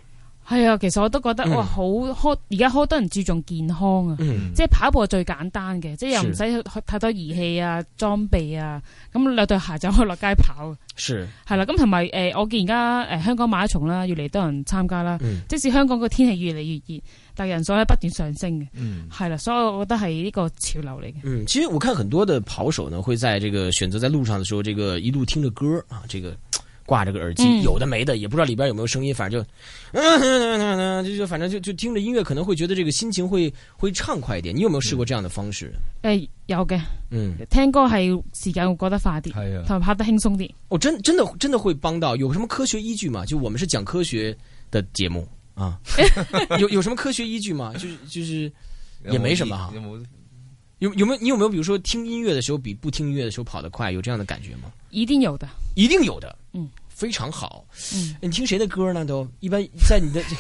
Speaker 3: 系啊，其實我都覺得、
Speaker 2: 嗯
Speaker 3: 哇，好好而家好多人注重健康啊，
Speaker 2: 嗯
Speaker 3: 即係跑步係最簡單嘅，即係又唔使太多儀器啊、裝備啊，咁兩對鞋就可以落街跑。
Speaker 2: 是，
Speaker 3: 係啦，咁同埋誒，我見而家誒香港馬拉松啦，越嚟越多人參加啦。
Speaker 2: 嗯
Speaker 3: 即使香港個天氣越嚟越熱，但人數咧不斷上升嘅，
Speaker 4: 嗯，
Speaker 3: 係啦，所以我覺得係呢個潮流嚟嘅。
Speaker 2: 嗯，其实我看很多的跑手呢，会在这个选择在路上的时候，这个一路听着歌啊，这个挂着个耳机，
Speaker 3: 嗯
Speaker 2: 有的没的，也不知道里边有没有声音，反正就，嗯嗯嗯嗯，就就 反正就就听着音乐，可能会觉得这个心情会会畅快一点。你有没有试过这样的方式？
Speaker 3: 誒、有嘅，
Speaker 2: 嗯，
Speaker 3: 聽歌係時間會過得快啲，
Speaker 4: 係啊，
Speaker 3: 同埋跑得輕鬆啲。
Speaker 2: 哦，真真的真的会帮到，有什么科学依据吗？就我们是讲科学的节目 啊，有有什么科学依据吗？就是就是也没什么啊
Speaker 4: 有冇
Speaker 2: 有有没有你有没有比如说听音乐的时候比不听音乐的时候跑得快，有这样的感觉吗？
Speaker 3: 一定有的，
Speaker 2: 一定有的，
Speaker 3: 嗯，
Speaker 2: 非常好。
Speaker 3: 嗯
Speaker 2: 你听谁的歌呢？都一般在你的这，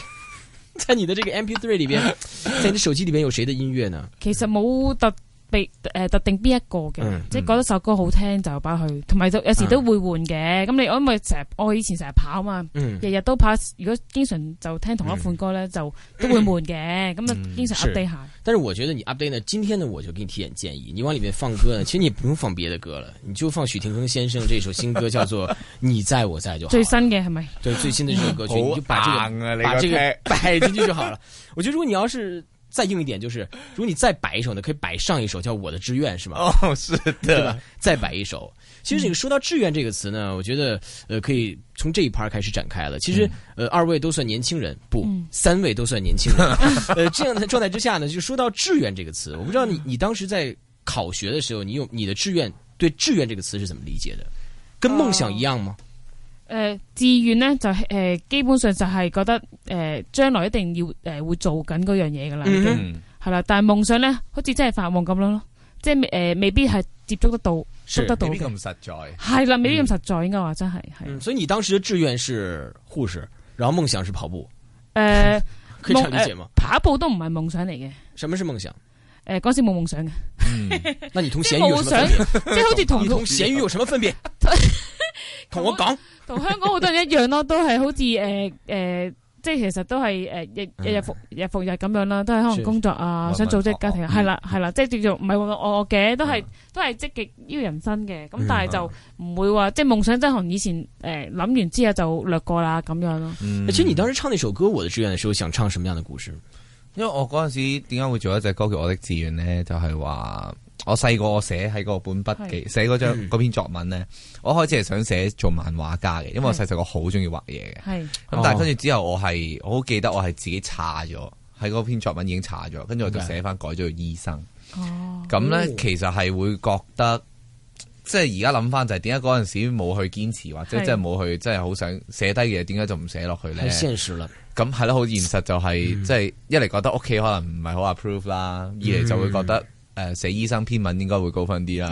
Speaker 2: 在你的这个 MP3 里边，在你的手机里边有谁的音乐呢？
Speaker 3: 其實冇特別誒、特定邊一個嘅，
Speaker 2: 嗯
Speaker 3: 即係覺得首歌好聽就擺去，同埋就有時都會換嘅。咁、你我因為成日我以前成日跑嘛，
Speaker 2: 嗯，
Speaker 3: 日日都跑，如果經常就聽同一款歌咧，就都會悶 嘅。咁啊、
Speaker 2: 嗯
Speaker 3: 經常
Speaker 2: 是
Speaker 3: update 下。
Speaker 2: 但是我觉得你 update 呢，今天呢，我就给你提点建议，你往里面放歌呢，其实你不用放别的歌了，你就放许廷铿先生这首新歌，叫做《你在我在》就好了。
Speaker 3: 最新嘅係咪？
Speaker 2: 对最新的这首歌曲，
Speaker 4: 好
Speaker 2: 你就把这个
Speaker 4: 硬啊你
Speaker 2: 把
Speaker 4: 个
Speaker 2: 这个
Speaker 4: 踢
Speaker 2: 摆进去就好了。我觉得如果你要是再硬一点，就是如果你再摆一首呢，可以摆上一首叫《我的志愿》，是吗？
Speaker 4: 哦，是
Speaker 2: 对
Speaker 4: 的
Speaker 2: 吧，？再摆一首。其实这个说到志愿这个词呢，我觉得呃可以从这一盘开始展开了。其实呃二位都算年轻人，不，三位都算年轻人。呃，这样的状态之下呢，就说到志愿这个词，我不知道你你当时在考学的时候，你有你的志愿对志愿这个词是怎么理解的？跟梦想一样吗？
Speaker 3: 誒、志願咧就誒、基本上就係覺得誒、將來一定要誒、會做緊嗰樣嘢㗎啦，
Speaker 2: 嗯哼
Speaker 4: 嗯，
Speaker 3: 係啦、但係夢想咧，好似真係發夢咁樣咯，即係誒、未必係接觸得到，
Speaker 2: 是
Speaker 3: 捉得到
Speaker 4: 未必
Speaker 3: 嘅。
Speaker 4: 咁實在，
Speaker 3: 係啦，未必咁實在，應該話真係係。
Speaker 2: 嗯，所以你当时的志愿是护士，然后梦想是跑步，嗯
Speaker 3: 诶，
Speaker 2: 可以这样
Speaker 3: 梦哎
Speaker 2: 理解吗？
Speaker 3: 跑步都唔係夢想嚟嘅。
Speaker 2: 什么是梦想？
Speaker 3: 诶，嗰時冇夢想嘅，
Speaker 4: 嗯
Speaker 2: 那你同
Speaker 3: 即
Speaker 2: 咸
Speaker 3: 係
Speaker 2: 鱼有
Speaker 3: 冇
Speaker 2: 什
Speaker 3: 想，
Speaker 2: 么分别？
Speaker 3: 即係好似同
Speaker 2: 你同咸鱼有什么分别？同我讲。
Speaker 3: 同香港好多人一樣咯，都係好似诶诶，即係其實都係诶日日日復日復日咁樣啦，都係可能工作啊，
Speaker 4: 是
Speaker 3: 想組織家庭啊，
Speaker 4: 嗯
Speaker 3: 係啦係啦，即係叫做唔係渾渾噩噩嘅，都係
Speaker 4: 嗯
Speaker 3: 都係積極呢個人生嘅，咁
Speaker 2: 嗯
Speaker 3: 但係就唔會話即係夢想真係可能以前诶諗完之後就略過啦咁樣咯。
Speaker 4: 嗯
Speaker 2: 哎其实你当时唱那首歌《我的志愿》的时候，想唱什么样的故事？
Speaker 4: 因為我嗰陣時點解會做一隻歌叫《我的志願》呢？就係、話我細個我寫喺個本筆記寫嗰張
Speaker 2: 嗯
Speaker 4: 嗰篇作文呢，我一開始係想寫做漫畫家嘅，因為我細細個好中意畫嘢嘅。
Speaker 3: 係
Speaker 4: 咁但係跟住之後我係我好記得我係自己差咗喺嗰篇作文已經差咗，跟住我就
Speaker 2: Okay
Speaker 4: 寫翻改咗做醫生。
Speaker 3: 哦，
Speaker 4: 咁呢，
Speaker 2: 哦
Speaker 4: 其實係會覺得。即係而家諗翻就係點解嗰陣時冇去堅持，或者
Speaker 3: 係
Speaker 4: 即係冇去，真係好想寫低嘅，點解就唔寫落去呢？
Speaker 2: 太现实了，
Speaker 4: 咁係啦，好現實就係、即係一嚟覺得屋企可能唔係好 approve 啦，二嚟就會覺得誒、呃、寫醫生篇文應該會高分啲啦。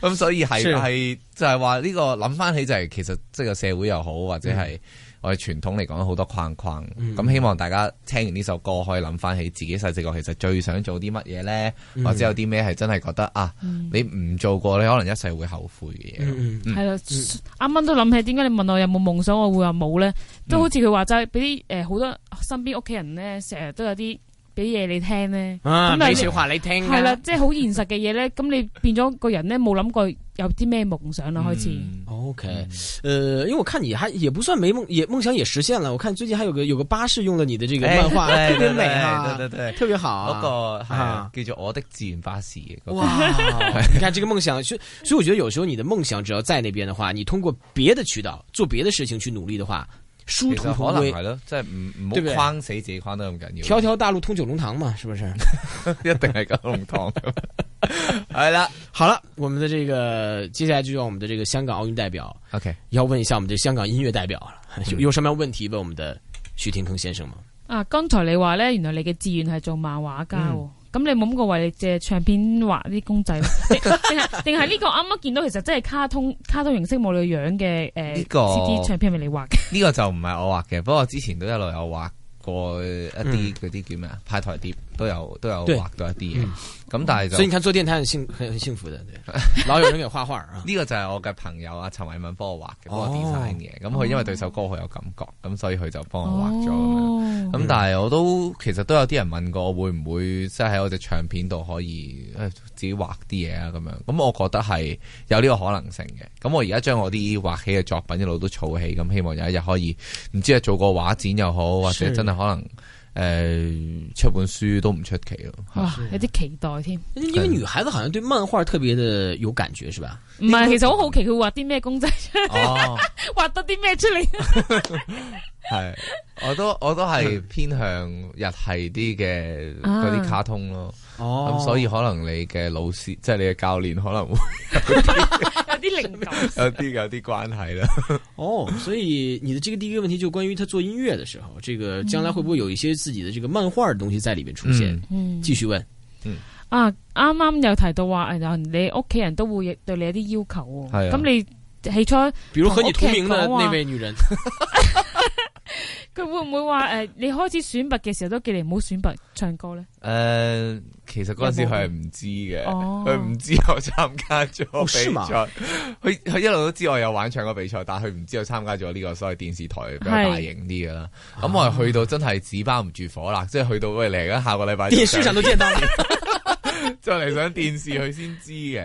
Speaker 4: 咁所以係
Speaker 2: 是
Speaker 4: 係就係話呢個諗翻起就係、其實即係個社會又好，或者係我哋傳統嚟講好多框框。咁、希望大家聽完呢首歌可以諗翻起自己細細個其實最想做啲乜嘢咧，
Speaker 2: 嗯
Speaker 4: 或者有啲咩係真係覺得啊，你唔做過你可能一世會後悔嘅嘢。
Speaker 2: 嗯
Speaker 4: 嗯嗯
Speaker 3: 係啦，啱啱都諗起點解你問我有冇夢想，我會話冇咧，都好似佢話齋，俾啲誒好多身邊屋企人咧，成日都有啲俾嘢你聽咧，
Speaker 2: 啊，
Speaker 3: 咁但
Speaker 2: 没
Speaker 3: 係
Speaker 2: 谁话来听啊
Speaker 3: 係啦，，即係好現實嘅嘢咧， 咁你變咗個人咧冇諗過有啲咩夢想啦，開始
Speaker 4: 嗯
Speaker 2: 哦 OK，呃，因为我看你还也不算没梦，也梦想也实现了。我看最近还有个有个巴士用了你的这个漫画，
Speaker 4: 哎
Speaker 2: 特 别
Speaker 4: 对对
Speaker 2: 美啊，
Speaker 4: 对对对
Speaker 2: 特别好
Speaker 4: 嗰、
Speaker 2: 啊。
Speaker 4: 個係
Speaker 2: 啊
Speaker 4: 啊叫做我的自願巴士嘅嗰個
Speaker 2: 哇， 你看这个梦想，所以所以我觉得有时候你的梦想只要在那边的话，你通过别的渠道做别的事情去努力的话，殊
Speaker 4: 其
Speaker 2: 途
Speaker 4: 實
Speaker 2: 同
Speaker 4: 可能
Speaker 2: 归。
Speaker 4: 係咯，即係唔
Speaker 2: 對不
Speaker 4: 唔
Speaker 2: 對
Speaker 4: 好框死自己框得咁 緊要。
Speaker 2: 条条大路通九龙塘嘛，是不是？
Speaker 4: 一定 係九龍塘。係啦
Speaker 2: 好了，我们的这个接下来就让我们的这个香港奥运代表
Speaker 4: ，OK，
Speaker 2: 要问一下我们的香港音乐代表了，有有什么样问题问我们的徐廷铿先生吗？
Speaker 3: 啊，剛才你話咧，原來你嘅志願係做漫畫家喎。
Speaker 4: 嗯
Speaker 3: 咁你冇諗過為你借唱片畫啲公仔，定定係定係呢個啱啱見到其實真係卡通卡通形式冇你樣嘅誒
Speaker 4: 呢個
Speaker 3: CD 唱片係咪你畫嘅？
Speaker 4: 呢個就唔係我畫嘅，不過之前都一路有畫過一啲嗰啲叫咩啊派台碟，都有都有
Speaker 2: 嗯對嗯
Speaker 4: 畫到一啲嘢。咁但係就
Speaker 2: 所以你看做电台很幸很很幸福的， 对，老有人给画画啊。
Speaker 4: 呢個就係我嘅朋友阿陳偉敏幫我畫嘅，幫我
Speaker 2: 哦
Speaker 4: design 嘅。咁佢因為對首歌好有感覺，咁所以佢就幫我畫咗咁樣。
Speaker 3: 哦，
Speaker 4: 咁但係我都其實都有啲人問過，會唔會即係喺我隻唱片度可以誒自己畫啲嘢啊咁樣？咁我覺得係有呢個可能性嘅。咁我而家將我啲畫起嘅作品一路都儲起，咁希望有一日可以唔知係做個畫展又好，或者
Speaker 2: 是
Speaker 4: 真係可能誒、呃出本書都唔出奇咯。
Speaker 3: 哇，有啲期待添。
Speaker 2: 因为女孩子好像对漫画特别的有感觉，是吧？
Speaker 3: 唔係，其實好好奇佢畫啲咩公仔，
Speaker 4: 哦，
Speaker 3: 畫得啲咩出 嚟？
Speaker 4: 係，我都我都係偏向日系啲嘅嗰啲卡通咯。咁、
Speaker 2: 哦
Speaker 4: 所以可能你嘅老師即係你嘅教練可能會
Speaker 3: 有啲靈感。
Speaker 4: 有啲有啲關係啦。
Speaker 2: 哦，所以你的这个第一个问题就关于他做音乐的时候，这个将来会不会有一些自己的这个漫画的东西在里面出现？
Speaker 3: 嗯
Speaker 2: 继续问，
Speaker 3: 啊，啱啱有提到話誒，你屋企人都會對你有啲要求
Speaker 4: 係
Speaker 3: 喎。
Speaker 4: 啊
Speaker 3: 咁你起初
Speaker 2: 比如和你同名的
Speaker 3: 同我可以
Speaker 2: 那位女人，
Speaker 3: 佢會唔會話誒？你開始選拔嘅時候都叫你唔好選拔唱歌咧？
Speaker 4: 誒、呃其實嗰陣時佢係唔知嘅，
Speaker 3: 哦
Speaker 4: 佢唔、知我參加咗
Speaker 2: 哦
Speaker 4: 比
Speaker 2: 是嗎
Speaker 4: 賽，佢佢、一路都知我有玩唱歌比賽，但係佢唔知我參加咗呢個所謂電視台比較大型啲嘅啦。咁
Speaker 2: 啊
Speaker 4: 我係去到真係紙包唔住火啦，即係去到喂嚟緊下個禮拜就
Speaker 2: 电视上都见到你。
Speaker 4: 就嚟上電視佢先知嘅。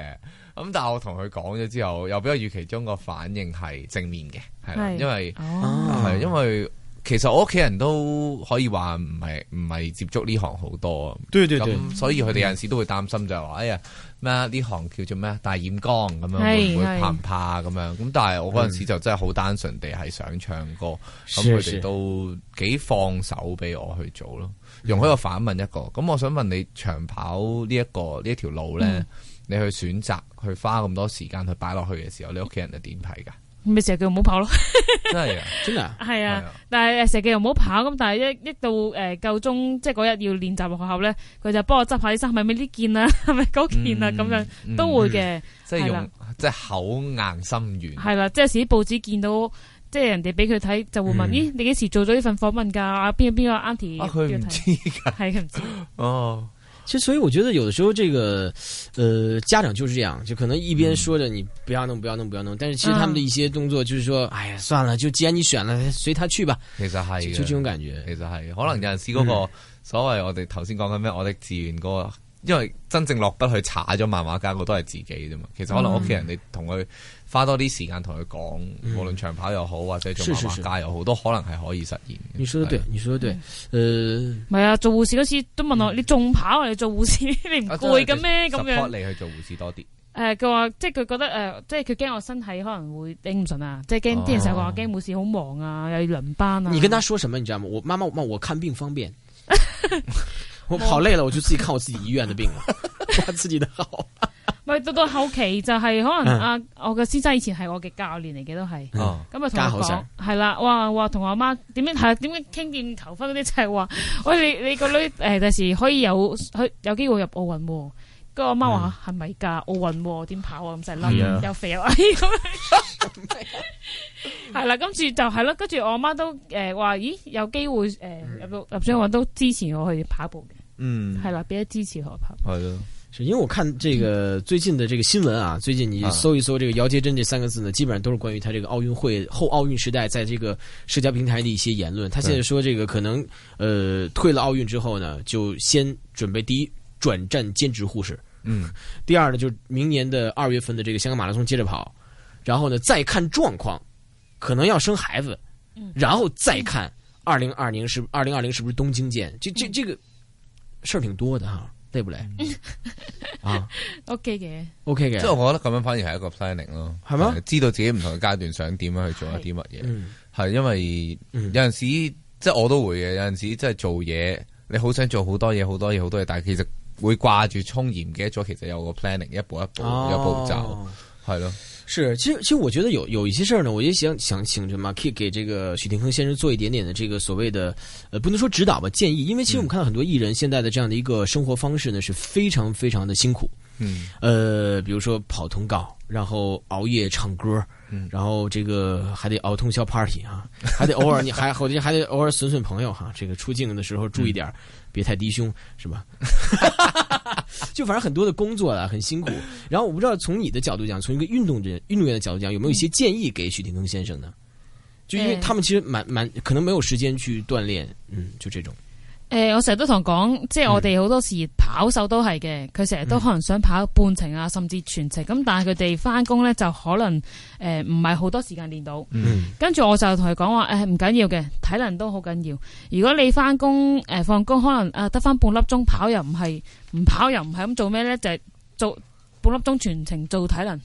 Speaker 4: 咁但係我同佢講咗之後，又比我預期中個反應係正面嘅，係啦，
Speaker 3: 係
Speaker 4: 因為。
Speaker 3: 哦，
Speaker 2: 嗯
Speaker 4: 係因為其實我屋企人都可以話唔係唔係接觸呢行好多啊。
Speaker 2: 對對對，
Speaker 4: 咁所以佢哋有陣時都會擔心就係話，哎呀咩啊呢行叫做咩啊大染缸咁樣，
Speaker 3: 係
Speaker 4: 會唔會
Speaker 3: 係
Speaker 4: 怕唔怕咁樣？咁但係我嗰陣時就真係好單純地係想唱歌，咁
Speaker 2: 是
Speaker 4: 佢
Speaker 2: 是
Speaker 4: 哋都幾放手俾我去做咯。
Speaker 2: 嗯
Speaker 4: 容許我反問一個，咁我想問你長跑呢、一個呢一條路咧，
Speaker 2: 嗯
Speaker 4: 你去選擇去花咁多時間去擺落去嘅時候，你屋企人係點睇㗎？
Speaker 3: 咪成日叫唔好跑咯。
Speaker 4: 真係啊！
Speaker 2: 真的啊、
Speaker 3: 係
Speaker 4: 係
Speaker 3: 啊
Speaker 4: 啊，
Speaker 3: 但係成日叫唔好跑咁，但係一一到誒夠鐘，即係嗰日要練習落學校咧，佢就幫我執下啲衫，係咪呢件啊， 係咪嗰件啊，咁樣
Speaker 4: 嗯
Speaker 3: 都會嘅。
Speaker 4: 即係
Speaker 3: 係啦
Speaker 4: 用即係口硬心
Speaker 2: 啊
Speaker 4: 軟，
Speaker 3: 係啦，即係有時啲報紙見到，即係人哋俾佢睇，就會問：
Speaker 2: 嗯
Speaker 3: 咦，你幾時做咗呢份訪問㗎？啊邊個邊個 auntie
Speaker 4: 啊佢
Speaker 3: 俾
Speaker 4: 唔
Speaker 3: 睇
Speaker 4: 知㗎
Speaker 3: 係佢唔知。
Speaker 4: 哦，
Speaker 2: 其实，所以我觉得有的时候这个，呃，家长就是这样，就可能一边说着你不要弄，不要弄，不要弄，但是其实他们的一些动作就是说，哎呀，算了，就既然你选了，随他去吧，
Speaker 4: 其實係
Speaker 2: 就
Speaker 4: 嘅
Speaker 2: 就这种感觉。
Speaker 4: 其實係可能有陣時嗰
Speaker 2: 嗯
Speaker 4: 個所謂我哋頭先講緊咩，我的志願嗰個，因為真正落筆去查咗漫畫家嗰都係自己啫嘛。其實可
Speaker 2: 嗯
Speaker 4: 能屋企人你同佢花多啲時間同佢講，無論長跑又好或者做
Speaker 2: 嗯是
Speaker 4: 漫
Speaker 2: 是是
Speaker 4: 畫家又好，都可能係可以實現嘅。
Speaker 2: 你说的对
Speaker 4: 係，
Speaker 2: 你说的对，呃，
Speaker 3: 唔係啊，做護士嗰次都問我：你仲跑啊？你做護士 你唔
Speaker 4: 嗯啊
Speaker 3: 攰嘅咩？
Speaker 4: 真
Speaker 3: 咁
Speaker 4: 係
Speaker 3: 樣
Speaker 4: support 你去做護士多啲。
Speaker 3: 誒，佢話即係佢覺得誒，即係佢驚我身體可能會頂唔順啊，即係驚啲人成日話我驚護士好忙啊，又要輪班啊。
Speaker 2: 呃你跟他说什么，你知道吗？我妈妈，我妈我看病方便， 我跑累了我就自己看我自己医院的病了， 我自己的好。
Speaker 3: 咪到到後期就係可能
Speaker 2: 嗯
Speaker 3: 啊，我嘅先生以前係我嘅教練嚟嘅都係。
Speaker 2: 嗯
Speaker 4: 哦
Speaker 3: 咁啊同
Speaker 2: 家口
Speaker 3: 我講
Speaker 2: 上
Speaker 3: 係啦，哇哇同我阿媽點樣係啊點樣傾掂求婚嗰啲就係話，喂你你個女誒第時可以有去有機會入奧運喎。跟住我媽話係咪㗎奧運喎點跑啊咁 細
Speaker 2: 嗯係啊
Speaker 3: 粒又肥又矮咁樣，係啦，跟住就係咯，跟住我媽都誒話，咦有機會
Speaker 2: 嗯
Speaker 3: 誒入到入選運都支持我去跑步嘅，
Speaker 4: 嗯，
Speaker 3: 係啦，俾咗支持我跑步。
Speaker 4: 係咯，
Speaker 2: 是因为我看这个最近的这个新闻啊，最近你
Speaker 4: 啊
Speaker 2: 搜一搜这个“姚杰珍”这三个字呢，基本上都是关于他这个奥运会后奥运时代在这个社交平台的一些言论。他现在说这个可能呃退了奥运之后呢，就先准备第一转战兼职护士，
Speaker 4: 嗯，
Speaker 2: 第二呢就是明年的二月份的这个香港马拉松接着跑，然后呢再看状况，可能要生孩子，然后再看二零二零是二零二零是不是东京见？这这这个事儿挺多的哈，累不累？啊。
Speaker 3: OK 嘅，
Speaker 2: OK 嘅，
Speaker 4: 即係我覺得咁樣反而係一個啊 planning 咯，
Speaker 2: 係嗎
Speaker 4: 啊知道自己唔同嘅階段想點樣去做一啲乜嘢。
Speaker 2: 嗯，
Speaker 4: 係因為有陣時即係我都會嘅，有陣時即係做嘢，你好想做好多嘢，好多嘢，好多嘢，但係其實會掛住衝而唔記得咗，其實有個 planning，一步一步
Speaker 2: 哦
Speaker 4: 有步驟，係咯。
Speaker 2: 是，其实其实我觉得有有一些事儿呢，我也想想请着马 K 给这个许廷铿先生做一点点的这个所谓的呃，不能说指导吧，建议，因为其实我们看到很多艺人现在的这样的一个生活方式呢，是非常非常的辛苦，
Speaker 4: 嗯，
Speaker 2: 呃，比如说跑通告，然后熬夜唱歌，
Speaker 4: 嗯
Speaker 2: 然后这个还得熬通宵 party 啊，还得偶尔你还好像还得偶尔损损朋友哈、这个出镜的时候注意点儿，别太低胸是吧？就反正很多的工作啊，很辛苦。然后我不知道从你的角度讲，从一个运动人运动员的角度讲，有没有一些建议给许廷铿先生呢？就因为
Speaker 3: 嗯
Speaker 2: 他们其实蛮蛮可能没有时间去锻炼，嗯，就这种，
Speaker 3: 诶、我成日都同佢講，即係我哋好多時跑手都係嘅，佢成日都可能想跑半程啊，甚至全程。咁但係佢哋翻工咧，就可能诶唔係好多時間練到。
Speaker 2: 嗯
Speaker 3: 跟住我就同佢講話，诶唔緊要嘅，體能都好緊要。如果你翻工诶放工，可能啊得翻半粒鐘跑又唔係，唔跑又唔係，咁做咩咧？就係做半粒鐘全程做體能，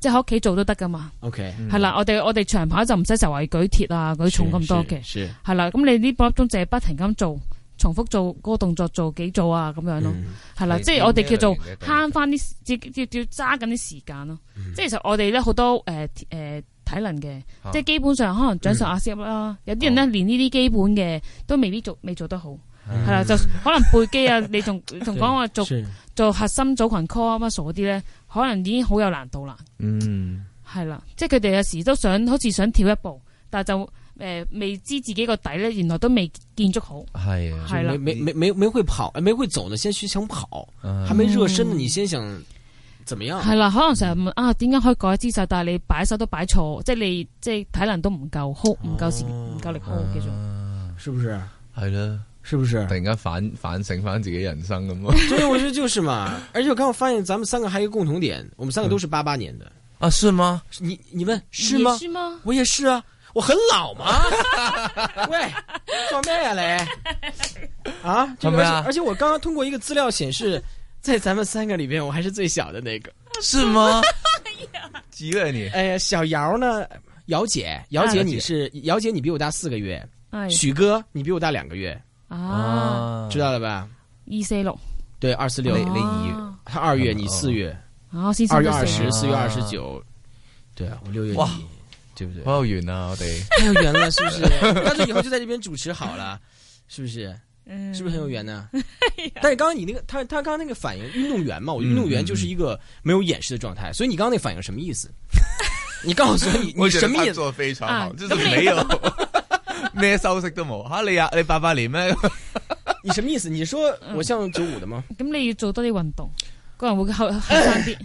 Speaker 3: 即係喺屋企做都得噶嘛。
Speaker 2: ，OK，
Speaker 3: 係啦、我哋我哋長跑就唔使就係舉鐵啊、舉重咁多嘅。
Speaker 2: 是，是
Speaker 3: 係啦，咁你呢半粒鐘就係不停咁做，重複做嗰個動作做幾做啊咁樣咯，
Speaker 2: 嗯
Speaker 3: 係啦，
Speaker 4: 你
Speaker 3: 即係我哋叫做
Speaker 4: 邊一類型嘅動作
Speaker 3: 慳翻啲時，要要要揸緊啲時間咯。即係其實我哋咧好多誒誒體能嘅
Speaker 4: 啊，
Speaker 3: 即係基本上可能掌上壓 s 啦，有啲人咧連呢啲基本嘅都未必做未做得好。係啦，就可能背肌啊，你仲仲講話做
Speaker 2: 是
Speaker 3: 做核心組群 core 啊乜傻啲咧，可能已經好有難度啦。
Speaker 4: 嗯，
Speaker 3: 係啦，即係佢哋有時都想好似想跳一步，但係就诶、呃未知自己個底咧，原來都未建築好。
Speaker 4: 係啊，
Speaker 3: 係啦
Speaker 2: 没没没没没会跑，哎没会走呢，先去想跑，
Speaker 4: 嗯
Speaker 2: 还没热身呢，你先想怎么样？
Speaker 3: 係啦，可能成日問啊，點解可以改姿勢，但係你擺手都擺錯，即係你即係體能都唔夠 hold，唔夠時，
Speaker 2: 哦
Speaker 3: 唔夠力
Speaker 2: 啊
Speaker 3: hold 叫做。
Speaker 2: 是不是？
Speaker 4: 係啦，
Speaker 2: 是不是
Speaker 4: 突？然間反反省翻自己人生咁啊
Speaker 2: 对，我觉得就是嘛。而且我刚我发现咱们三个还有一个共同点，我们三个都是八八年的。
Speaker 4: 啊，是嗎？
Speaker 2: 你你们嗯是吗
Speaker 3: 你？是嗎？
Speaker 2: 我也是啊，我很老吗？ 喂，做咩呀、嘞？啊，这个
Speaker 4: 怎么
Speaker 2: 而且
Speaker 4: 样
Speaker 2: 而且我刚刚通过一个资料显示，在咱们三个里边，我还是最小的那个。
Speaker 4: 是嗎？幾個你？
Speaker 2: 哎呀，小姚呢？姚姐，姚姐，
Speaker 4: 啊
Speaker 2: 你是姚姐，你比我大四个月。
Speaker 3: 係
Speaker 2: 许哥，你比我大两个月，
Speaker 3: 啊，
Speaker 2: 知道了吧？
Speaker 3: 二四六，
Speaker 2: 对，二四
Speaker 4: 你
Speaker 2: 六，
Speaker 4: 你二
Speaker 3: 啊，
Speaker 2: 他二月，
Speaker 4: 嗯
Speaker 2: 你
Speaker 4: 哦
Speaker 2: 四月，
Speaker 3: 啊我先
Speaker 2: 二月
Speaker 3: 生
Speaker 2: 二
Speaker 3: 都四
Speaker 2: 十，哦
Speaker 3: 六
Speaker 2: 四月二十九，对啊，我六月
Speaker 4: 哇
Speaker 2: 底，对不对？
Speaker 4: 好有緣啊！我哋
Speaker 2: 哦太有缘了，是不 是？干脆以后就在这边主持好了，是不是？
Speaker 3: 嗯
Speaker 2: 是不是很有缘呢？但是刚刚你那个他他刚刚那个反应，运动员嘛，我觉得运动员就是一个嗯没有掩饰的状态，所以你刚刚那反应什么意思？你告 诉我你你什么意思？
Speaker 4: 做得非常
Speaker 3: 啊
Speaker 4: 好，就是
Speaker 3: 咁你
Speaker 4: 沒有 咩修飾都冇吓你啊！你八八年咩？
Speaker 2: 你什么意思？你说我像九五的嗎？
Speaker 3: 咁你要做多啲運動，個人會後後生 啲，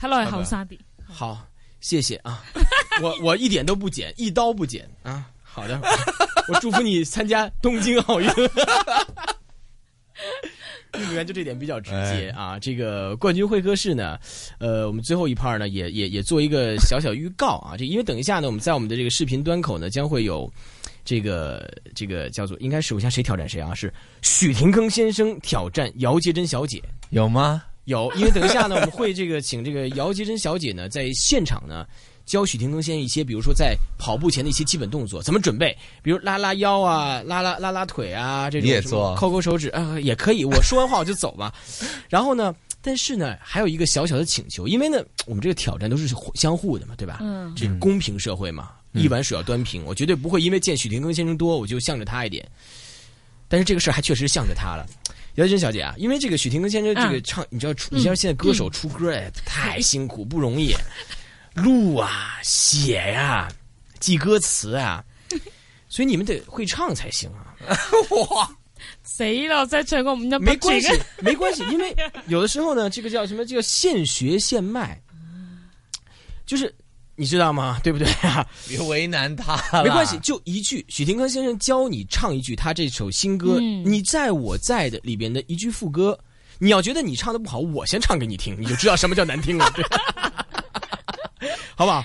Speaker 3: 睇落係後生啲。
Speaker 2: 好，谢谢啊， 我我一点都不减，一刀不剪啊。好的，我祝福你参加东京奥运。运动员就这点比较直接啊。这个冠军会客室呢，呃，我们最后一 part 呢，也也也做一个小小预告啊。这因为等一下呢，我们在我们的这个视频端口呢，将会有这个这个叫做应该是我想谁挑战谁啊？是许廷铿先生挑战姚洁贞小姐。
Speaker 4: 有嗎？
Speaker 2: 有，因为等一下呢，我们会这个请这个姚洁贞小姐呢，在现场呢教许廷铿先生一些，比如说在跑步前的一些基本动作，怎么准备，比如拉拉腰啊，拉拉拉拉腿啊，这种
Speaker 4: 你也
Speaker 2: 什么
Speaker 4: 做啊
Speaker 2: 抠抠手指啊、也可以。我说完话我就走嘛。然后呢，但是呢，还有一个小小的请求，因为呢，我们这个挑战都是相互的嘛，对吧？
Speaker 3: 嗯，
Speaker 2: 这公平社会嘛，一碗水要端平，我绝对不会因为见许廷铿先生多，我就向着他一点。但是这个事儿还确实向着他了。姚洁贞小姐啊，因为这个许廷铿先生这个
Speaker 3: 嗯
Speaker 2: 唱，你知道出，你知道现在歌手出歌哎，太辛苦不容易，录啊、写呀、记歌词啊，所以你们得会唱才行 啊。
Speaker 3: 死啦！我真係唱過五啊音不
Speaker 2: 没
Speaker 3: 全
Speaker 2: 关系
Speaker 3: 嘅。，
Speaker 2: 没关系，因为有的时候呢，这个叫什么？这个现学现卖，就是你知道吗？对不对啊？
Speaker 4: 别为難他，
Speaker 2: 没关系，。就一句，许廷铿先生教你唱一句他这首新歌《
Speaker 3: 嗯
Speaker 2: 你在我在》的里边的一句副歌。你要觉得你唱 的不好，我先唱给你听，你就知道什么叫难听了，对好不好？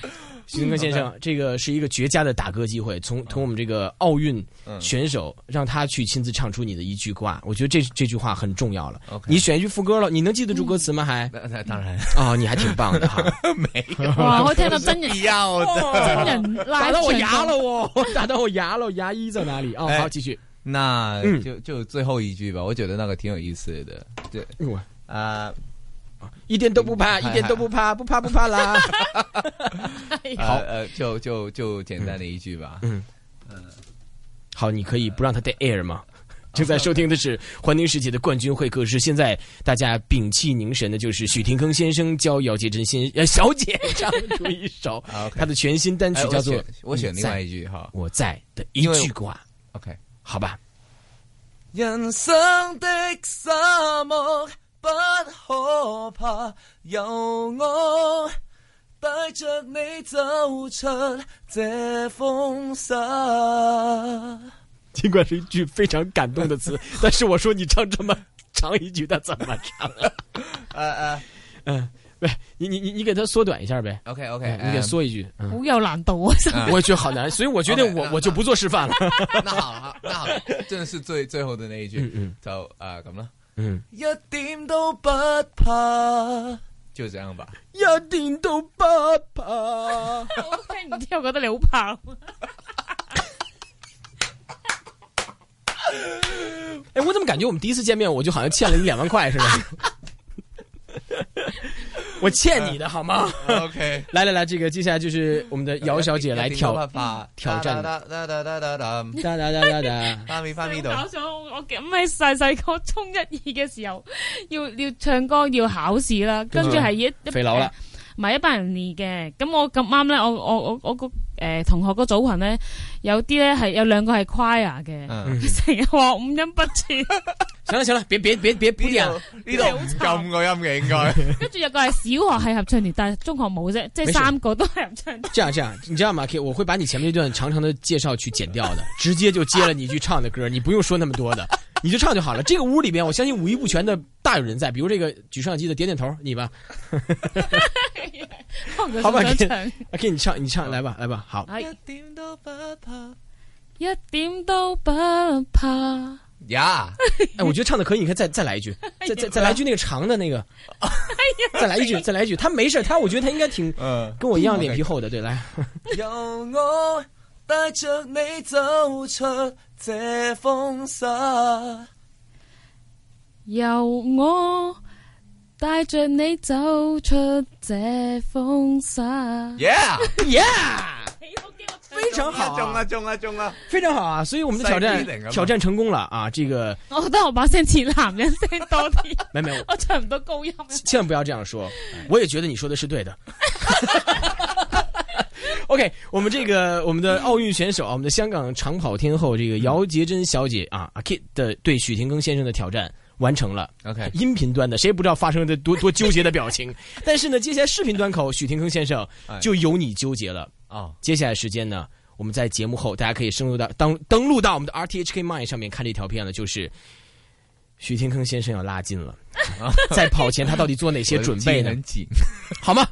Speaker 2: 徐根先生，这个是一个绝佳的打歌机会，从从我们这个奥运
Speaker 4: 嗯
Speaker 2: 选手让他去亲自唱出你的一句话，我觉得这这句话很重要了。
Speaker 4: OK 嗯
Speaker 2: 你选一句副歌了，你能记得住歌词吗？还
Speaker 4: 那那 当然
Speaker 2: 哦，你还挺棒的哈，
Speaker 4: 没有
Speaker 2: 啊
Speaker 3: 哇！我 聽到真人
Speaker 4: 要
Speaker 3: 真
Speaker 4: 的。
Speaker 3: 人
Speaker 2: 打
Speaker 3: 拉
Speaker 2: 到我牙了我，我 打到我牙了，牙医在哪里？哦，
Speaker 4: 哎
Speaker 2: 好，继续。
Speaker 4: 那
Speaker 2: 嗯
Speaker 4: 就就最后一句吧，我觉得那个挺有意思的。对
Speaker 2: 哎呦
Speaker 4: 啊，
Speaker 2: 一点都不怕，一点都不怕，不怕不怕啦！
Speaker 4: 好呃，就就就简单的一句
Speaker 2: 嗯
Speaker 4: 吧。
Speaker 2: 好，你可以不让他带 air 吗？ 正在收听的是环听世界的冠军会客室。现在大家屏气凝神的就是许廷铿先生教姚洁珍先呃小姐唱出一 首
Speaker 4: 啊，OK
Speaker 2: 他的全新单曲
Speaker 4: 哎，
Speaker 2: 叫
Speaker 4: 我
Speaker 2: 做嗯
Speaker 4: 选我选另外
Speaker 2: 句
Speaker 4: 一句哈。
Speaker 2: 我在的一
Speaker 4: 因为
Speaker 2: 句话，
Speaker 4: OK，
Speaker 2: 好吧？
Speaker 4: 人生的沙漠不可怕，有我带着你走出这风沙。
Speaker 2: 尽管是一句非常感动的词，但是我说你唱这么长一句，他怎么 唱啊？
Speaker 4: 呃呃
Speaker 2: 嗯，喂，你你你你给他缩短一下呗。
Speaker 4: ，OK OK，
Speaker 2: 哎你给缩一句。嗯，
Speaker 3: 好有難度啊！真係
Speaker 2: 我也觉得好难，所以我决定
Speaker 4: OK，
Speaker 2: 我
Speaker 4: 那
Speaker 2: 我就不做示范了。
Speaker 4: 那好好，那好，真的是最最后的那一句，
Speaker 2: 嗯
Speaker 4: 就呃咁啦，
Speaker 2: 嗯，
Speaker 4: 一点都不怕，就这样吧。
Speaker 2: 一点都不怕。
Speaker 3: 我聽完之後覺得你好怕。
Speaker 2: 哎，我怎么感觉我们第一次见面，我就好像欠了你两万块似 的？我欠你的好吗？
Speaker 4: OK，
Speaker 2: 来来来，这个接下来就是我们的姚小姐来挑
Speaker 4: 法
Speaker 2: 挑战
Speaker 4: 哒哒哒哒哒哒，
Speaker 2: 哒哒哒哒哒。
Speaker 4: 翻咪翻咪度
Speaker 3: 搞笑！我咁喺細細個中一二嘅時候，要要唱歌要考試啦，跟住係一一
Speaker 2: 肥佬啦，
Speaker 3: 唔係一班人練嘅。咁我咁啱咧，我我我我個誒同學個組群咧，有啲咧係有兩個係 choir 嘅，
Speaker 4: 嗯，
Speaker 3: 成日話五音不全，
Speaker 2: 行了行了，别别别别不点
Speaker 4: 呢
Speaker 2: 了，
Speaker 4: 度呢度唔撳個音嘅應該。
Speaker 3: 跟住有個係小學係合唱團，但係中學冇啫，即
Speaker 2: 沒
Speaker 3: 係
Speaker 2: 事
Speaker 3: 三個都係合唱 團。
Speaker 2: 这样这样，你知道吗？K，我会把你前面这段长长的介绍去剪掉 的，直接就接了你去唱的歌，你不用说那么多的，你就唱就好了。这个屋里边，我相信五音不全的大有人在，比如这个举摄像机的点点头，你吧，
Speaker 3: 可能佢
Speaker 2: 好吧
Speaker 3: 想
Speaker 2: ，K，
Speaker 3: 唱
Speaker 2: 啊，K，你唱你唱来吧来吧，好，
Speaker 3: 係
Speaker 4: 點都不怕。
Speaker 3: 一點都不怕。
Speaker 4: 呀，
Speaker 2: 哎，我觉得唱的可以，你看再再来一句，再再再来一句那个长的那个，再来一句，再来一句。他没事，他我觉得他应该挺
Speaker 4: 嗯，
Speaker 2: 跟我一样脸皮厚的。对，来，
Speaker 4: 由我帶着你走出這風沙。
Speaker 3: 由我带着你走出这风沙。
Speaker 4: Yeah，
Speaker 2: yeah，非
Speaker 3: 非
Speaker 2: 常好、
Speaker 4: 中
Speaker 2: 啊
Speaker 4: 啊，中啊中啊！
Speaker 2: 非常好啊！所以我们的挑
Speaker 4: 塞逼零啊
Speaker 2: 战
Speaker 4: 嘛
Speaker 2: 挑战成功了啊！这个
Speaker 3: 我觉得我把声似男人声多啲，
Speaker 2: 没 没有，
Speaker 3: 我唱唔到高音。啊
Speaker 2: 千万不要这样说，我也觉得你说的是对的。OK，我们这个我们的奥运选手啊，我们的香港长跑天后这个姚洁珍小姐啊，阿 Kid 的对许廷铿先生的挑战完成了。
Speaker 4: OK，
Speaker 2: 音频端的，谁也不知道发生的多 多纠结的表情。但是呢，接下来视频端口，许廷铿先生
Speaker 4: 哎
Speaker 2: 就由你纠结了。
Speaker 4: 哦，
Speaker 2: 接下来时间呢，我们在节目后，大家可以深入到当登录到我们的 RTHK Mind 上面看这条片了，就是许廷铿先生要拉近了，在跑前他到底做哪些准备呢？
Speaker 4: 很紧，
Speaker 2: 好吗？